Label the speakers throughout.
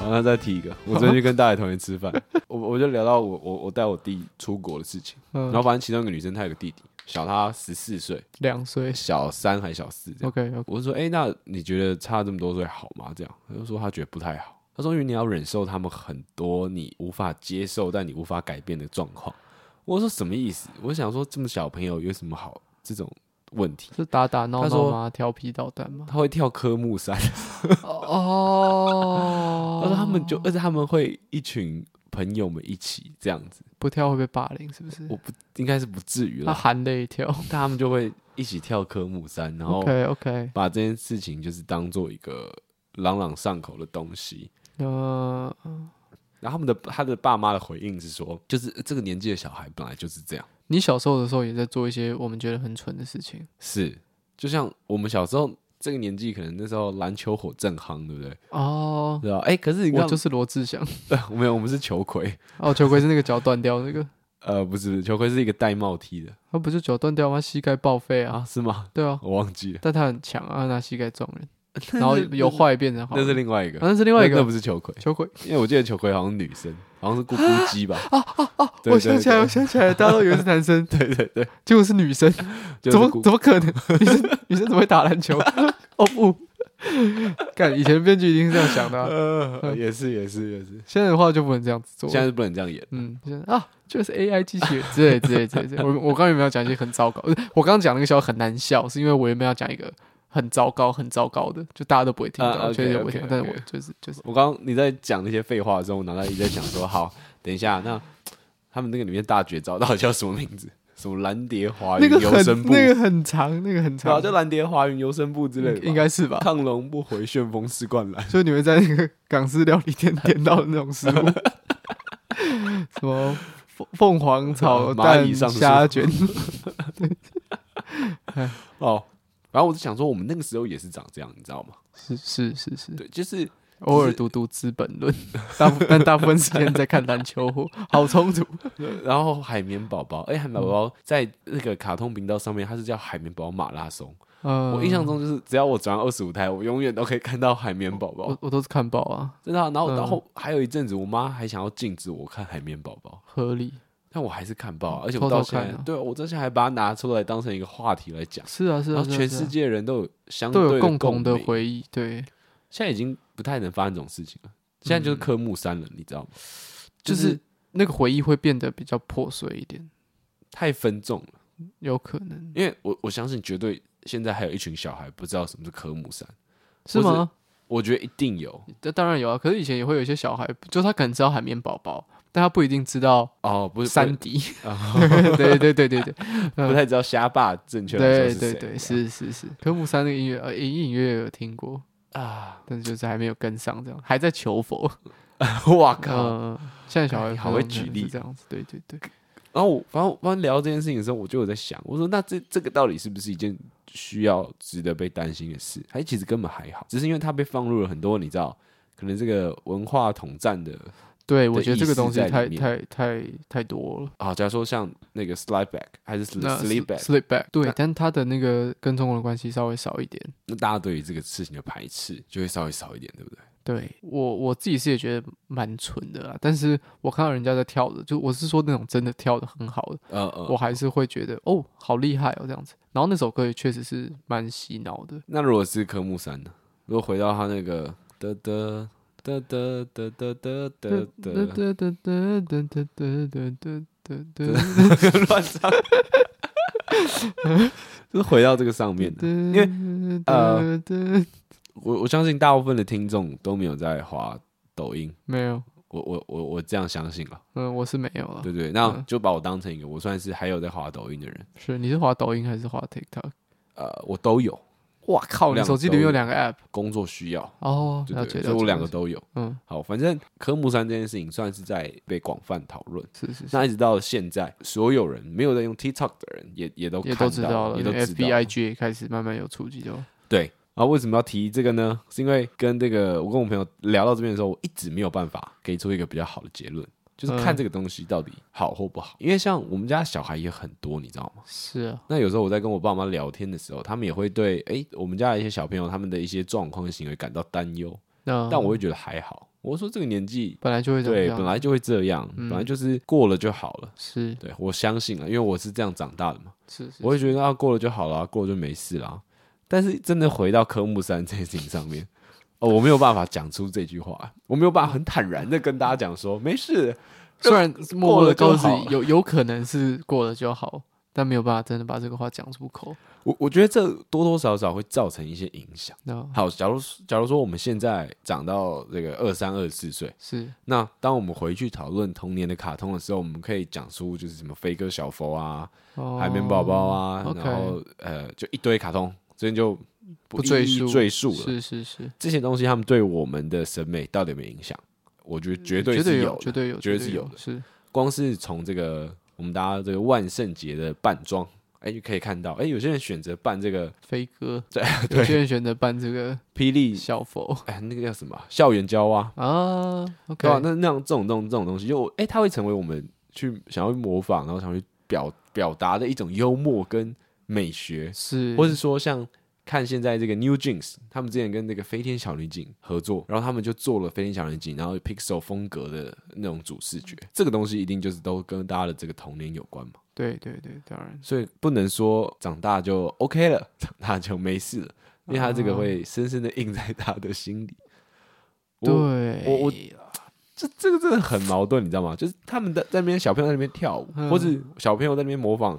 Speaker 1: 然后再提一个，我最近跟大野同学吃饭，我我就聊到我我我带我弟出国的事情，然后
Speaker 2: 嗯，
Speaker 1: 反正其中一个女生她有个弟弟，小她十四岁，
Speaker 2: 两岁
Speaker 1: 小三还小四这样。
Speaker 2: ，OK OK，
Speaker 1: 我就说，哎、那你觉得差这么多岁好吗？这样，他就说他觉得不太好。他说，因为你要忍受他们很多你无法接受但你无法改变的状况。我说什么意思？我想说，这么小朋友有什么好这种问题？
Speaker 2: 是打打闹
Speaker 1: 他
Speaker 2: 闹
Speaker 1: 说
Speaker 2: 吗？调皮捣蛋吗？
Speaker 1: 他会跳科目三，
Speaker 2: 哦
Speaker 1: 他，说他们就，而且他们会一群朋友们一起这样子，
Speaker 2: 不跳会被霸凌，是不是
Speaker 1: 我？不应该是不至于啦，
Speaker 2: 他含泪跳
Speaker 1: 但他们就会一起跳科目三，然后
Speaker 2: ，OK OK，
Speaker 1: 把这件事情就是当做一个朗朗上口的东西，
Speaker 2: 呃，
Speaker 1: 然后他们的他的爸妈的回应是说，就是这个年纪的小孩本来就是这样，
Speaker 2: 你小时候的时候也在做一些我们觉得很蠢的事情
Speaker 1: 是就像我们小时候这个年纪，可能那时候篮球火正夯，对不对？
Speaker 2: 哦。
Speaker 1: 对啊，哎，可是你看，
Speaker 2: 我就是罗志祥
Speaker 1: 没有，我们是球魁，
Speaker 2: 哦，球魁是那个脚断掉那个，
Speaker 1: 呃，不是，不是球魁是一个戴帽踢的
Speaker 2: 他不是脚断掉吗？膝盖报废啊，
Speaker 1: 啊，是吗？
Speaker 2: 对啊，
Speaker 1: 我忘记了，
Speaker 2: 但他很强啊，他拿膝盖撞 人，然后由
Speaker 1: 换，
Speaker 2: 坏变成好
Speaker 1: 那
Speaker 2: 人，
Speaker 1: 是另外一
Speaker 2: 啊
Speaker 1: 个，
Speaker 2: 那是另外一
Speaker 1: 那
Speaker 2: 个
Speaker 1: 不是球魁，
Speaker 2: 球鬼。
Speaker 1: 因为我记得球魁好像是女生，好像是咕咕鸡吧？啊啊啊！对
Speaker 2: 我想起来，我，
Speaker 1: 对，
Speaker 2: 想起来，大家都以为是男生
Speaker 1: 对对对，
Speaker 2: 结果是女生，
Speaker 1: 就
Speaker 2: 怎
Speaker 1: 是
Speaker 2: 么
Speaker 1: 咕
Speaker 2: 怎么可能？ 女生女生怎么会打 篮球？哦不，干以前编剧一定是这样想的啊、
Speaker 1: 呃，也是也是也是，
Speaker 2: 现在的话就不能这样子做。
Speaker 1: 现在是不能这样演。
Speaker 2: 嗯，就是啊，就是 AI 机器人之类之类之类之类。我我刚刚有没有讲一些很糟糕？我刚刚讲那个笑很难笑，是因为我原本要讲一个很糟糕、很糟糕的，就大家都不会听
Speaker 1: 啊
Speaker 2: 到，
Speaker 1: ，OK，
Speaker 2: 确实也不会听到
Speaker 1: OK，OK
Speaker 2: 但是我就是就是
Speaker 1: 我刚刚你在讲那些废话的时候，我脑袋一直在想说，好，等一下，那他们那个里面大绝招到底叫什么名字？什么蓝蝶华
Speaker 2: 那
Speaker 1: 云
Speaker 2: 个
Speaker 1: 游啊声
Speaker 2: 很
Speaker 1: 部？
Speaker 2: 那个很长，那个很
Speaker 1: 对啊，
Speaker 2: 长，
Speaker 1: 就蓝蝶华云游声部之类的吧，
Speaker 2: 应该是吧？
Speaker 1: 亢龙不回旋风式灌篮。
Speaker 2: 就你会在那个港式料理店点到的那种 食物，什么凤凤凰炒
Speaker 1: 蚂
Speaker 2: 蛋
Speaker 1: 蚁上树
Speaker 2: 虾卷，
Speaker 1: 哦，然后我就想说，我们那个时候也是长这样，你知道吗？
Speaker 2: 是是是是，
Speaker 1: 对，就是
Speaker 2: 偶尔读读《资本论》，大部但大部分时间在看篮球， 好冲突。
Speaker 1: 然后海绵宝宝，哎、海绵宝宝在那个卡通频道上面，它是叫海绵宝宝马拉松。
Speaker 2: 嗯，
Speaker 1: 我印象中就是，只要我转二十五台，我永远都可以看到海绵宝宝
Speaker 2: 我。我都是看报啊，
Speaker 1: 真的啊、然后、
Speaker 2: 哦嗯
Speaker 1: 然后还有一阵子，我妈还想要禁止我看海绵宝宝，
Speaker 2: 合理
Speaker 1: 但我还是看爆啊，
Speaker 2: 嗯
Speaker 1: 而且
Speaker 2: 偷
Speaker 1: 我
Speaker 2: 偷
Speaker 1: 到现在，
Speaker 2: 看啊
Speaker 1: 对我到现在还把它拿出来当成一个话题来讲，
Speaker 2: 是啊是
Speaker 1: 然
Speaker 2: 啊，
Speaker 1: 后
Speaker 2: 是啊
Speaker 1: 全
Speaker 2: 是啊
Speaker 1: 世界人都有相
Speaker 2: 都
Speaker 1: 对
Speaker 2: 有
Speaker 1: 的
Speaker 2: 共
Speaker 1: 同
Speaker 2: 同的，回忆，对，
Speaker 1: 现在已经不太能发生这种事情了。现在就是科目三了，你知道吗？
Speaker 2: 嗯就
Speaker 1: 就是
Speaker 2: 是那个回忆会变得比较破碎一点，
Speaker 1: 太分众了，
Speaker 2: 有可能
Speaker 1: 因为我我相信绝对现在还有一群小孩不知道什么是科目三，
Speaker 2: 是
Speaker 1: 或是
Speaker 2: 吗？
Speaker 1: 我觉得一定有
Speaker 2: 这当然有啊，可是以前也会有一些小孩，就他可能知道海绵宝宝，但他不一定知道
Speaker 1: 哦，不是
Speaker 2: 三
Speaker 1: 不
Speaker 2: D。
Speaker 1: 啊，
Speaker 2: 对对 对对对
Speaker 1: 不太知道虾爸正确来说
Speaker 2: 对
Speaker 1: 是谁
Speaker 2: 对对，是是是。科目三那个音乐，呃，隐隐约约有听过，
Speaker 1: 啊，
Speaker 2: 但是就是还没有跟上，这样还在求佛。
Speaker 1: 哇靠！
Speaker 2: 嗯，现在小孩
Speaker 1: 哎好会
Speaker 2: 可能
Speaker 1: 举
Speaker 2: 是
Speaker 1: 例
Speaker 2: 这样子，对对对，
Speaker 1: 然后我反正我反正聊这件事情的时候，我就有在想，我说那这这个到底是不是一件需要值得被担心的事？还其实根本还好，只是因为它被放入了很多你知道，可能这个文化统战的
Speaker 2: 对我觉得
Speaker 1: 意
Speaker 2: 这个
Speaker 1: 思
Speaker 2: 东西
Speaker 1: 在里
Speaker 2: 太
Speaker 1: 面
Speaker 2: 太太太多了。
Speaker 1: 啊，假如说像那个 slide back 还是 sl-
Speaker 2: 那
Speaker 1: sleep back，
Speaker 2: sleep back，对
Speaker 1: 那，
Speaker 2: 但他的那个跟中国的关系稍微少一点。
Speaker 1: 那大家对于这个事情的排斥就会稍微少一点，对不对？
Speaker 2: 对我我自己是也觉得蛮蠢的啦，但是我看到人家在跳的，就我是说那种真的跳的很好的，
Speaker 1: 呃呃，
Speaker 2: 我还是会觉得哦，好厉害哦这样子。然后那首歌也确实是蛮洗脑的，
Speaker 1: 那如果是科目三呢？如果回到他那个的的的的的的的的的
Speaker 2: 哒哒哒哒哒哒哒哒哒哒
Speaker 1: 乱唱，就是回到这个上面的。
Speaker 2: 因
Speaker 1: 为
Speaker 2: 呃
Speaker 1: 呃我我相信大部分的听众都没有在滑抖音，
Speaker 2: 没有，
Speaker 1: 我我我我这样相信了，
Speaker 2: 嗯，我是没有了
Speaker 1: 对。不对？
Speaker 2: 嗯
Speaker 1: 那就把我当成一个我算是还有在滑抖音的人，
Speaker 2: 是你是滑抖音还是滑 TikTok？
Speaker 1: 呃，我都有
Speaker 2: 哇靠，你
Speaker 1: 两
Speaker 2: 手机
Speaker 1: 个
Speaker 2: 里
Speaker 1: 都
Speaker 2: 面有
Speaker 1: 有
Speaker 2: 两个 app
Speaker 1: 工作需要，
Speaker 2: 哦，
Speaker 1: 对
Speaker 2: 了
Speaker 1: 不
Speaker 2: 解
Speaker 1: 对？
Speaker 2: 了
Speaker 1: 所
Speaker 2: 解。
Speaker 1: 以我两个
Speaker 2: 了解，
Speaker 1: 都有。
Speaker 2: 嗯，
Speaker 1: 好，反正科目三这件事情算是在被广泛讨论。
Speaker 2: 是是是，
Speaker 1: 那一直到现在，所有人没有在用 TikTok 的人也也都
Speaker 2: 也
Speaker 1: 看
Speaker 2: 都知道
Speaker 1: 到
Speaker 2: 了
Speaker 1: 也都知道
Speaker 2: f b i g 也开始慢慢有触及到。
Speaker 1: 对。啊，为什么要提这个呢？是因为跟这个我跟我朋友聊到这边的时候，我一直没有办法给出一个比较好的结论，就是看
Speaker 2: 嗯
Speaker 1: 这个东西到底好或不好。因为像我们家小孩也很多，你知道吗？
Speaker 2: 是啊，
Speaker 1: 那有时候我在跟我爸妈聊天的时候，他们也会对诶我们家的一些小朋友他们的一些状况行为感到担忧，
Speaker 2: 那
Speaker 1: 但我会觉得还好，我说这个年纪，
Speaker 2: 本来嗯就会这
Speaker 1: 对，
Speaker 2: 样，
Speaker 1: 本来就会这样，
Speaker 2: 嗯
Speaker 1: 本来就是过了就好了。
Speaker 2: 是
Speaker 1: 对我相信啊，因为我是这样长大的嘛，
Speaker 2: 是是，
Speaker 1: 我会觉得啊，过了就好了，过了就没事啦。但是真的回到科目三这件事情上面，哦，我没有办法讲出这句话，我没有办法很坦然的跟大家讲说没事，
Speaker 2: 虽然默
Speaker 1: 过
Speaker 2: 默
Speaker 1: 了
Speaker 2: 的
Speaker 1: 就
Speaker 2: 告诉自
Speaker 1: 好
Speaker 2: 己有有可能是过了就好，但没有办法真的把这个话讲出口。
Speaker 1: 我我觉得这多多少少会造成一些影响。
Speaker 2: 那
Speaker 1: 好，假如假如说我们现在长到这个二三二四岁，
Speaker 2: 是
Speaker 1: 那当我们回去讨论童年的卡通的时候，我们可以讲出就是什么飞哥小佛啊、
Speaker 2: 哦
Speaker 1: 海绵宝宝啊，
Speaker 2: OK
Speaker 1: 然后呃，就一堆卡通，这边就
Speaker 2: 不
Speaker 1: 一
Speaker 2: 赘
Speaker 1: 一
Speaker 2: 述
Speaker 1: 赘述了。
Speaker 2: 是是是，
Speaker 1: 这些东西他们对我们的审美到底有没有影响？我觉得绝对是
Speaker 2: 有，
Speaker 1: 的
Speaker 2: 绝对有，
Speaker 1: 绝对
Speaker 2: 对
Speaker 1: 是有
Speaker 2: 有
Speaker 1: 的
Speaker 2: 是
Speaker 1: 光是从这个我们大家这个万圣节的扮装，哎、就可以看到，哎、有些人选择扮这个
Speaker 2: 飞哥，
Speaker 1: 对
Speaker 2: 有些人选择办这个
Speaker 1: 霹雳，
Speaker 2: 小佛
Speaker 1: 哎、那个叫什么啊校园娇娃，
Speaker 2: 啊，OK，
Speaker 1: 对吧？那那样这种东这种东西，就哎、它会成为我们去想要模仿，然后想要去表表达的一种幽默跟美学，
Speaker 2: 是
Speaker 1: 或是说像看现在这个 New Jeans，他们之前跟那个飞天小女警合作，然后他们就做了飞天小女警，然后 Pixel 风格的那种主视觉，这个东西一定就是都跟大家的这个童年有关嘛，
Speaker 2: 对对对，当然
Speaker 1: 所以不能说长大就 OK 了， 长大就没事了，因为他这个会深深的印在他的心里。
Speaker 2: 对
Speaker 1: 我我我这这个真的很矛盾，你知道吗？就是他们在在那边小朋友在那边跳舞，
Speaker 2: 嗯
Speaker 1: 或是小朋友在那边模仿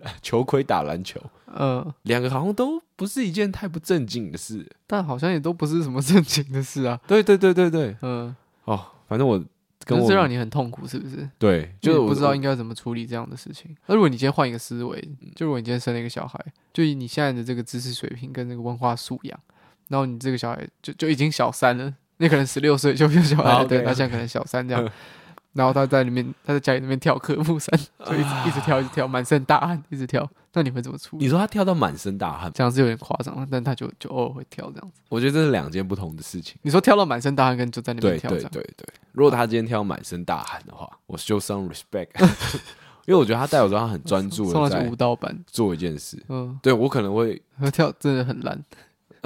Speaker 1: 呃球盔打篮球，
Speaker 2: 呃，
Speaker 1: 两个好像都不是一件太不正经的事。
Speaker 2: 但好像也都不是什么正经的事啊，
Speaker 1: 对对对对对，
Speaker 2: 嗯，
Speaker 1: 哦，反正我跟
Speaker 2: 可是
Speaker 1: 我
Speaker 2: 这让你很痛苦是不是？
Speaker 1: 对，就
Speaker 2: 就
Speaker 1: 是是
Speaker 2: 不
Speaker 1: 我嗯
Speaker 2: 知道应该怎么处理这样的事情。那如果你今天换一个思维，就如果你今天生了一个小孩，就以你现在的这个知识水平跟这个文化素养，然后你这个小孩就就已经小三了，你可能十六岁就有小孩
Speaker 1: 好
Speaker 2: 了，对，
Speaker 1: 啊 OK，嗯
Speaker 2: 他现在可能小三这样，然后他在里面他在家里那边跳科目三，就一直一直跳一直跳，满身大汗一直跳，那你会怎么处理？
Speaker 1: 你说他跳到满身大汗，
Speaker 2: 这样是有点夸张了，但他就就偶尔会跳这样子。
Speaker 1: 我觉得这是两件不同的事情。
Speaker 2: 你说跳到满身大汗，跟就在那边
Speaker 1: 对
Speaker 2: 跳
Speaker 1: 对
Speaker 2: 这
Speaker 1: 对
Speaker 2: 样，
Speaker 1: 对，如果他今天跳到满身大汗的话，我 show some respect，因为我觉得他代表说他很专注
Speaker 2: 送
Speaker 1: 的
Speaker 2: 到是
Speaker 1: 在
Speaker 2: 舞蹈班，
Speaker 1: 做一件事。
Speaker 2: 嗯。
Speaker 1: 对我可能会
Speaker 2: 他跳真的很烂，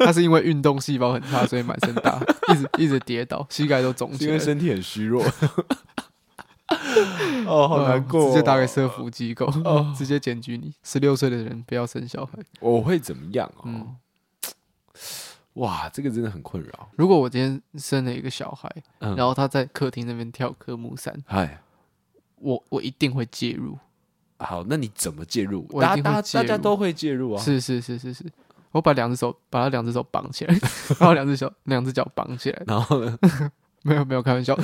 Speaker 2: 他是因为运动细胞很差，所以满身大汗，一直一直跌倒，膝盖都肿
Speaker 1: 是
Speaker 2: 起
Speaker 1: 因
Speaker 2: 来
Speaker 1: 为
Speaker 2: 了。
Speaker 1: 身体很虚 弱。哦，好难过、哦。哦
Speaker 2: 啊直接打给社福机构，直接检举你。十六岁的人不要生小孩。
Speaker 1: 我会怎么样哦？
Speaker 2: 嗯
Speaker 1: 哇，这个真的很困扰。
Speaker 2: 如果我今天生了一个小孩，
Speaker 1: 嗯
Speaker 2: 然后他在客厅那边跳科目三，
Speaker 1: 哎，
Speaker 2: 我我一定会介入。
Speaker 1: 好，那你怎么介入？
Speaker 2: 我
Speaker 1: 大
Speaker 2: 一定
Speaker 1: 家
Speaker 2: 会
Speaker 1: 大
Speaker 2: 介
Speaker 1: 家
Speaker 2: 入
Speaker 1: 大家都会介入啊。
Speaker 2: 是是是是是，我把两只手把他两只手绑起来， 然后两只手两只脚绑起来，
Speaker 1: 然后 呢？
Speaker 2: 没有没有开玩笑，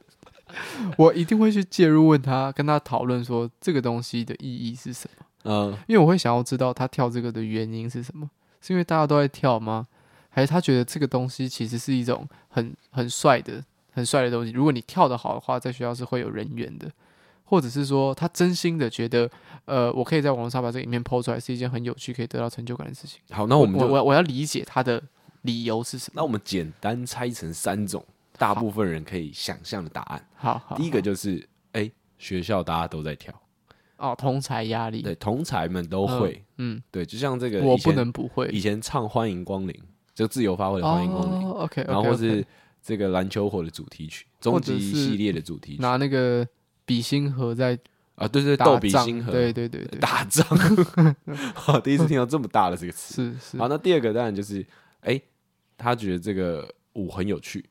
Speaker 2: 我一定会去介入，问他跟他讨论说这个东西的意义是什么，
Speaker 1: 嗯，
Speaker 2: 因为我会想要知道他跳这个的原因是什么，是因为大家都在跳吗？还是他觉得这个东西其实是一种很很帅的、很帅的东西？如果你跳得好的话，在学校是会有人缘的，或者是说他真心的觉得，呃，我可以在网络上把这个影片抛出来，是一件很有趣、可以得到成就感的事情。
Speaker 1: 好，那我们
Speaker 2: 我
Speaker 1: 就
Speaker 2: 我我要理解他的理由是什么。
Speaker 1: 那我们简单拆成三种大部分人可以想象的答案。
Speaker 2: 好好，
Speaker 1: 第一个就是，哎、学校大家都在跳，
Speaker 2: 哦，同才压力，
Speaker 1: 对，同才们都会，
Speaker 2: 嗯，
Speaker 1: 对，就像这个
Speaker 2: 我
Speaker 1: 以前
Speaker 2: 不能不会
Speaker 1: 以。前唱欢迎光临，就自由发挥的欢迎光临，
Speaker 2: 哦、OK，, o k
Speaker 1: 然后或是这个篮球火的主题曲，终极系列的主题曲
Speaker 2: 拿那个笔芯盒在
Speaker 1: 啊，对对，
Speaker 2: 打
Speaker 1: 斗比
Speaker 2: 仗
Speaker 1: 星河，
Speaker 2: 对对对对，
Speaker 1: 打仗， 哇，第一次听到这么大的这个词。
Speaker 2: 是 是
Speaker 1: 好，，那第二个当然就是，哎、他觉得这个舞很有趣，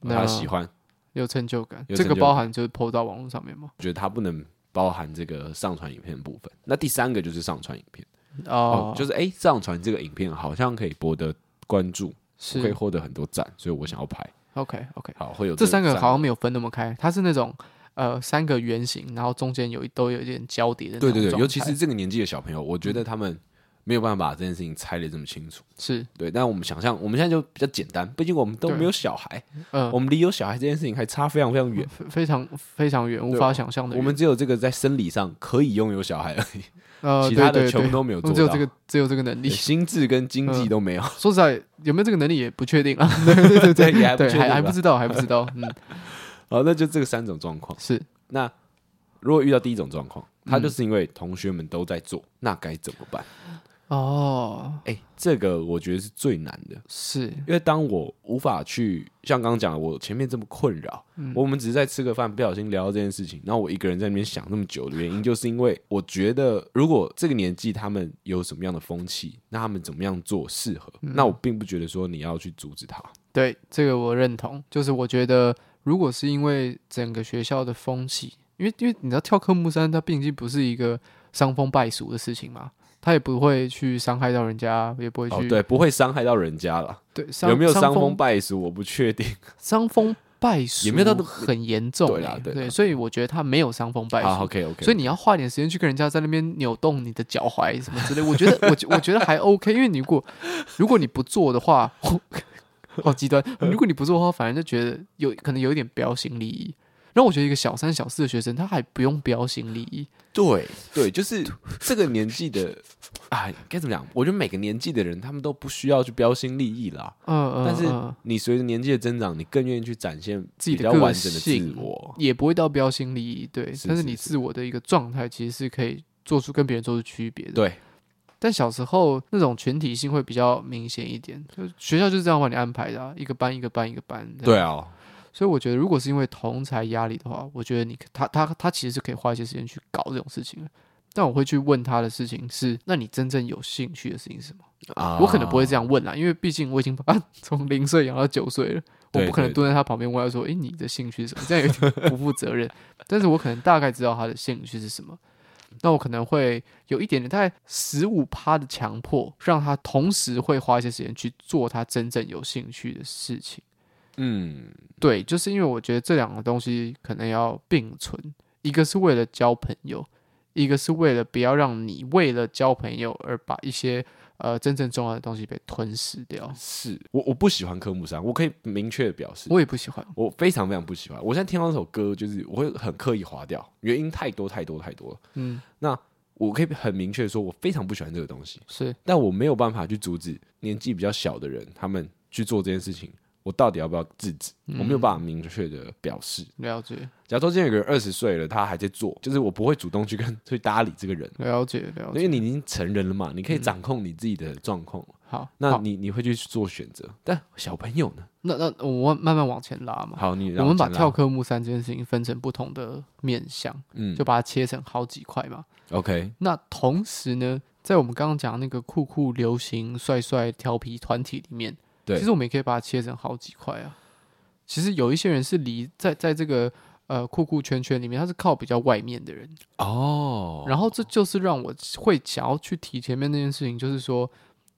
Speaker 2: 那
Speaker 1: 他喜欢，
Speaker 2: 有成就感。
Speaker 1: 有
Speaker 2: 这
Speaker 1: 成
Speaker 2: 个
Speaker 1: 就
Speaker 2: 包
Speaker 1: 感
Speaker 2: 含就是 PO 到网络上面嘛？
Speaker 1: 觉得他不能包含这个上传影片的部分。那第三个就是上传影片，
Speaker 2: 哦，
Speaker 1: 就是哎、上传这个影片好像可以博得关注，
Speaker 2: 是
Speaker 1: 可以获得很多赞，所以我想要拍。
Speaker 2: OK OK，
Speaker 1: 好，会有
Speaker 2: 这三个好像
Speaker 1: 个
Speaker 2: 没有分那么开，它是那种呃三个圆形，然后中间有一都有一点交叠的那
Speaker 1: 对
Speaker 2: 种
Speaker 1: 对对，
Speaker 2: 状
Speaker 1: 尤其
Speaker 2: 态
Speaker 1: 是这个年纪的小朋友，我觉得他们没有办法把这件事情拆得这么清楚。
Speaker 2: 是
Speaker 1: 对，但我们想象，我们现在就比较简单，毕竟我们都
Speaker 2: 对
Speaker 1: 没有小孩，
Speaker 2: 呃
Speaker 1: 我们离有小孩这件事情还差非常非常远。
Speaker 2: 非非常非常远，无
Speaker 1: 对
Speaker 2: 法
Speaker 1: 我
Speaker 2: 想象的
Speaker 1: 我
Speaker 2: 远。
Speaker 1: 们只有这个在生理上可以拥有小孩而已，
Speaker 2: 呃
Speaker 1: 其他
Speaker 2: 对
Speaker 1: 的
Speaker 2: 对
Speaker 1: 全部
Speaker 2: 对，
Speaker 1: 都没有
Speaker 2: 我
Speaker 1: 做
Speaker 2: 们只有
Speaker 1: 到。
Speaker 2: 这个只有这个能
Speaker 1: 对
Speaker 2: 力。
Speaker 1: 心智跟经济
Speaker 2: 嗯
Speaker 1: 都没有，
Speaker 2: 说实在，有没有这个能力也不确定啊。对对 对
Speaker 1: 对，也还不
Speaker 2: 对，
Speaker 1: 确定
Speaker 2: 还还
Speaker 1: 吧
Speaker 2: 不知道，还不知道。 嗯，
Speaker 1: 好，那就这个三种状况。
Speaker 2: 是
Speaker 1: 那
Speaker 2: 嗯
Speaker 1: 如果遇到第一种状况，他就是因为同学们都在做，那该怎么办？
Speaker 2: 哦，
Speaker 1: 哎、这个我觉得是最难的，
Speaker 2: 是
Speaker 1: 因为当我无法去像刚刚讲的，我前面这么困扰，
Speaker 2: 嗯
Speaker 1: 我们只是在吃个饭，不小心聊到这件事情，然后我一个人在那边想那么久的原因，就是因为我觉得如果这个年纪他们有什么样的风气，那他们怎么样做适合，
Speaker 2: 嗯
Speaker 1: 那我并不觉得说你要去阻止他。
Speaker 2: 对这个我认同。就是我觉得，如果是因为整个学校的风气，因为因为你知道跳科目三，它毕竟不是一个伤风败俗的事情嘛，它也不会去伤害到人家，也不会去、
Speaker 1: 哦，对，不会伤害到人家了。
Speaker 2: 对伤
Speaker 1: 有没有伤风
Speaker 2: 风
Speaker 1: 败俗，我不确定。
Speaker 2: 伤风败俗
Speaker 1: 也没有到那么
Speaker 2: 很严重欸、
Speaker 1: 对啦对啦
Speaker 2: 所以我觉得他没有伤风败俗。
Speaker 1: 好，OK OK。
Speaker 2: 所以你要花点时间去跟人家在那边扭动你的脚踝什么之类，我觉 得我觉我觉得还 OK，因为你如果如果你不做的话， 好极端，如果你不做的话，反而就觉得有可能有一点标新立异。然后我觉得一个小三小四的学生，他还不用标新立异，
Speaker 1: 对 对，就是这个年纪的，哎，该怎么讲？我觉得每个年纪的人，他们都不需要去标新立异啦。
Speaker 2: 嗯嗯，
Speaker 1: 但是
Speaker 2: 嗯
Speaker 1: 你随着年纪的增长，你更愿意去展现
Speaker 2: 自己
Speaker 1: 比
Speaker 2: 的
Speaker 1: 较
Speaker 2: 个
Speaker 1: 完整的自
Speaker 2: 性
Speaker 1: 我。
Speaker 2: 也不会到标新立异，对。
Speaker 1: 是
Speaker 2: 但是
Speaker 1: 是
Speaker 2: 你
Speaker 1: 是
Speaker 2: 自我的一个状态，其实是可以做出跟别人做出区别的。
Speaker 1: 对，
Speaker 2: 但小时候那种群体性会比较明显一点，就学校就是这样帮你安排的啊、一个班一个班一个班。这样
Speaker 1: 对啊，
Speaker 2: 所以我觉得，如果是因为同才压力的话，我觉得你他他他其实是可以花一些时间去搞这种事情的。但我会去问他的事情是，那你真正有兴趣的事情是什么？
Speaker 1: 啊，
Speaker 2: 我可能不会这样问啦，因为毕竟我已经把他 从零岁养到九岁了，我
Speaker 1: 对
Speaker 2: 不可能
Speaker 1: 对
Speaker 2: 蹲在他旁边问他说：“诶，你的兴趣是什么？”这样有点不负责任。但是我可能大概知道他的兴趣是什么，那我可能会有一点点大概十五趴的强迫，让他同时会花一些时间去做他真正有兴趣的事情。
Speaker 1: 嗯，
Speaker 2: 对，就是因为我觉得这两个东西可能要并存，一个是为了交朋友，一个是为了不要让你为了交朋友而把一些呃真正重要的东西被吞噬掉。
Speaker 1: 是我我不喜欢科目三，我可以明确地表示，
Speaker 2: 我也不喜欢，
Speaker 1: 我非常非常不喜欢。我现在听到这首歌，就是我会很刻意划掉，原因太多太多太多了。
Speaker 2: 嗯，
Speaker 1: 我可以很明确地说，我非常不喜欢这个东西，
Speaker 2: 是
Speaker 1: 但我没有办法去阻止年纪比较小的人他们去做这件事情。我到底要不要制止？我没有办法明确的表示。
Speaker 2: 嗯了解，
Speaker 1: 假如说今天有个人二十岁了，他还在做，就是我不会主动去跟去搭理这个人，
Speaker 2: 了解，了
Speaker 1: 因
Speaker 2: 解。
Speaker 1: 为你已经成人了嘛，你可以掌控你自己的状况了。
Speaker 2: 好，
Speaker 1: 那
Speaker 2: 好
Speaker 1: 你你会去做选择，但小朋友呢？
Speaker 2: 那那我们慢慢往前拉嘛。
Speaker 1: 好，你
Speaker 2: 我
Speaker 1: 让
Speaker 2: 们把
Speaker 1: 先
Speaker 2: 跳
Speaker 1: 拉
Speaker 2: 科目三这件事情分成不同的面向，
Speaker 1: 嗯
Speaker 2: 就把它切成好几块嘛。
Speaker 1: OK
Speaker 2: 那同时呢，在我们刚刚讲那个酷酷流行帅帅调皮团体里面，
Speaker 1: 对
Speaker 2: 其实我们也可以把它切成好几块啊。其实有一些人是离在在这个呃酷酷圈圈里面，他是靠比较外面的人，
Speaker 1: 哦，
Speaker 2: 然后这就是让我会想要去提前面那件事情，就是说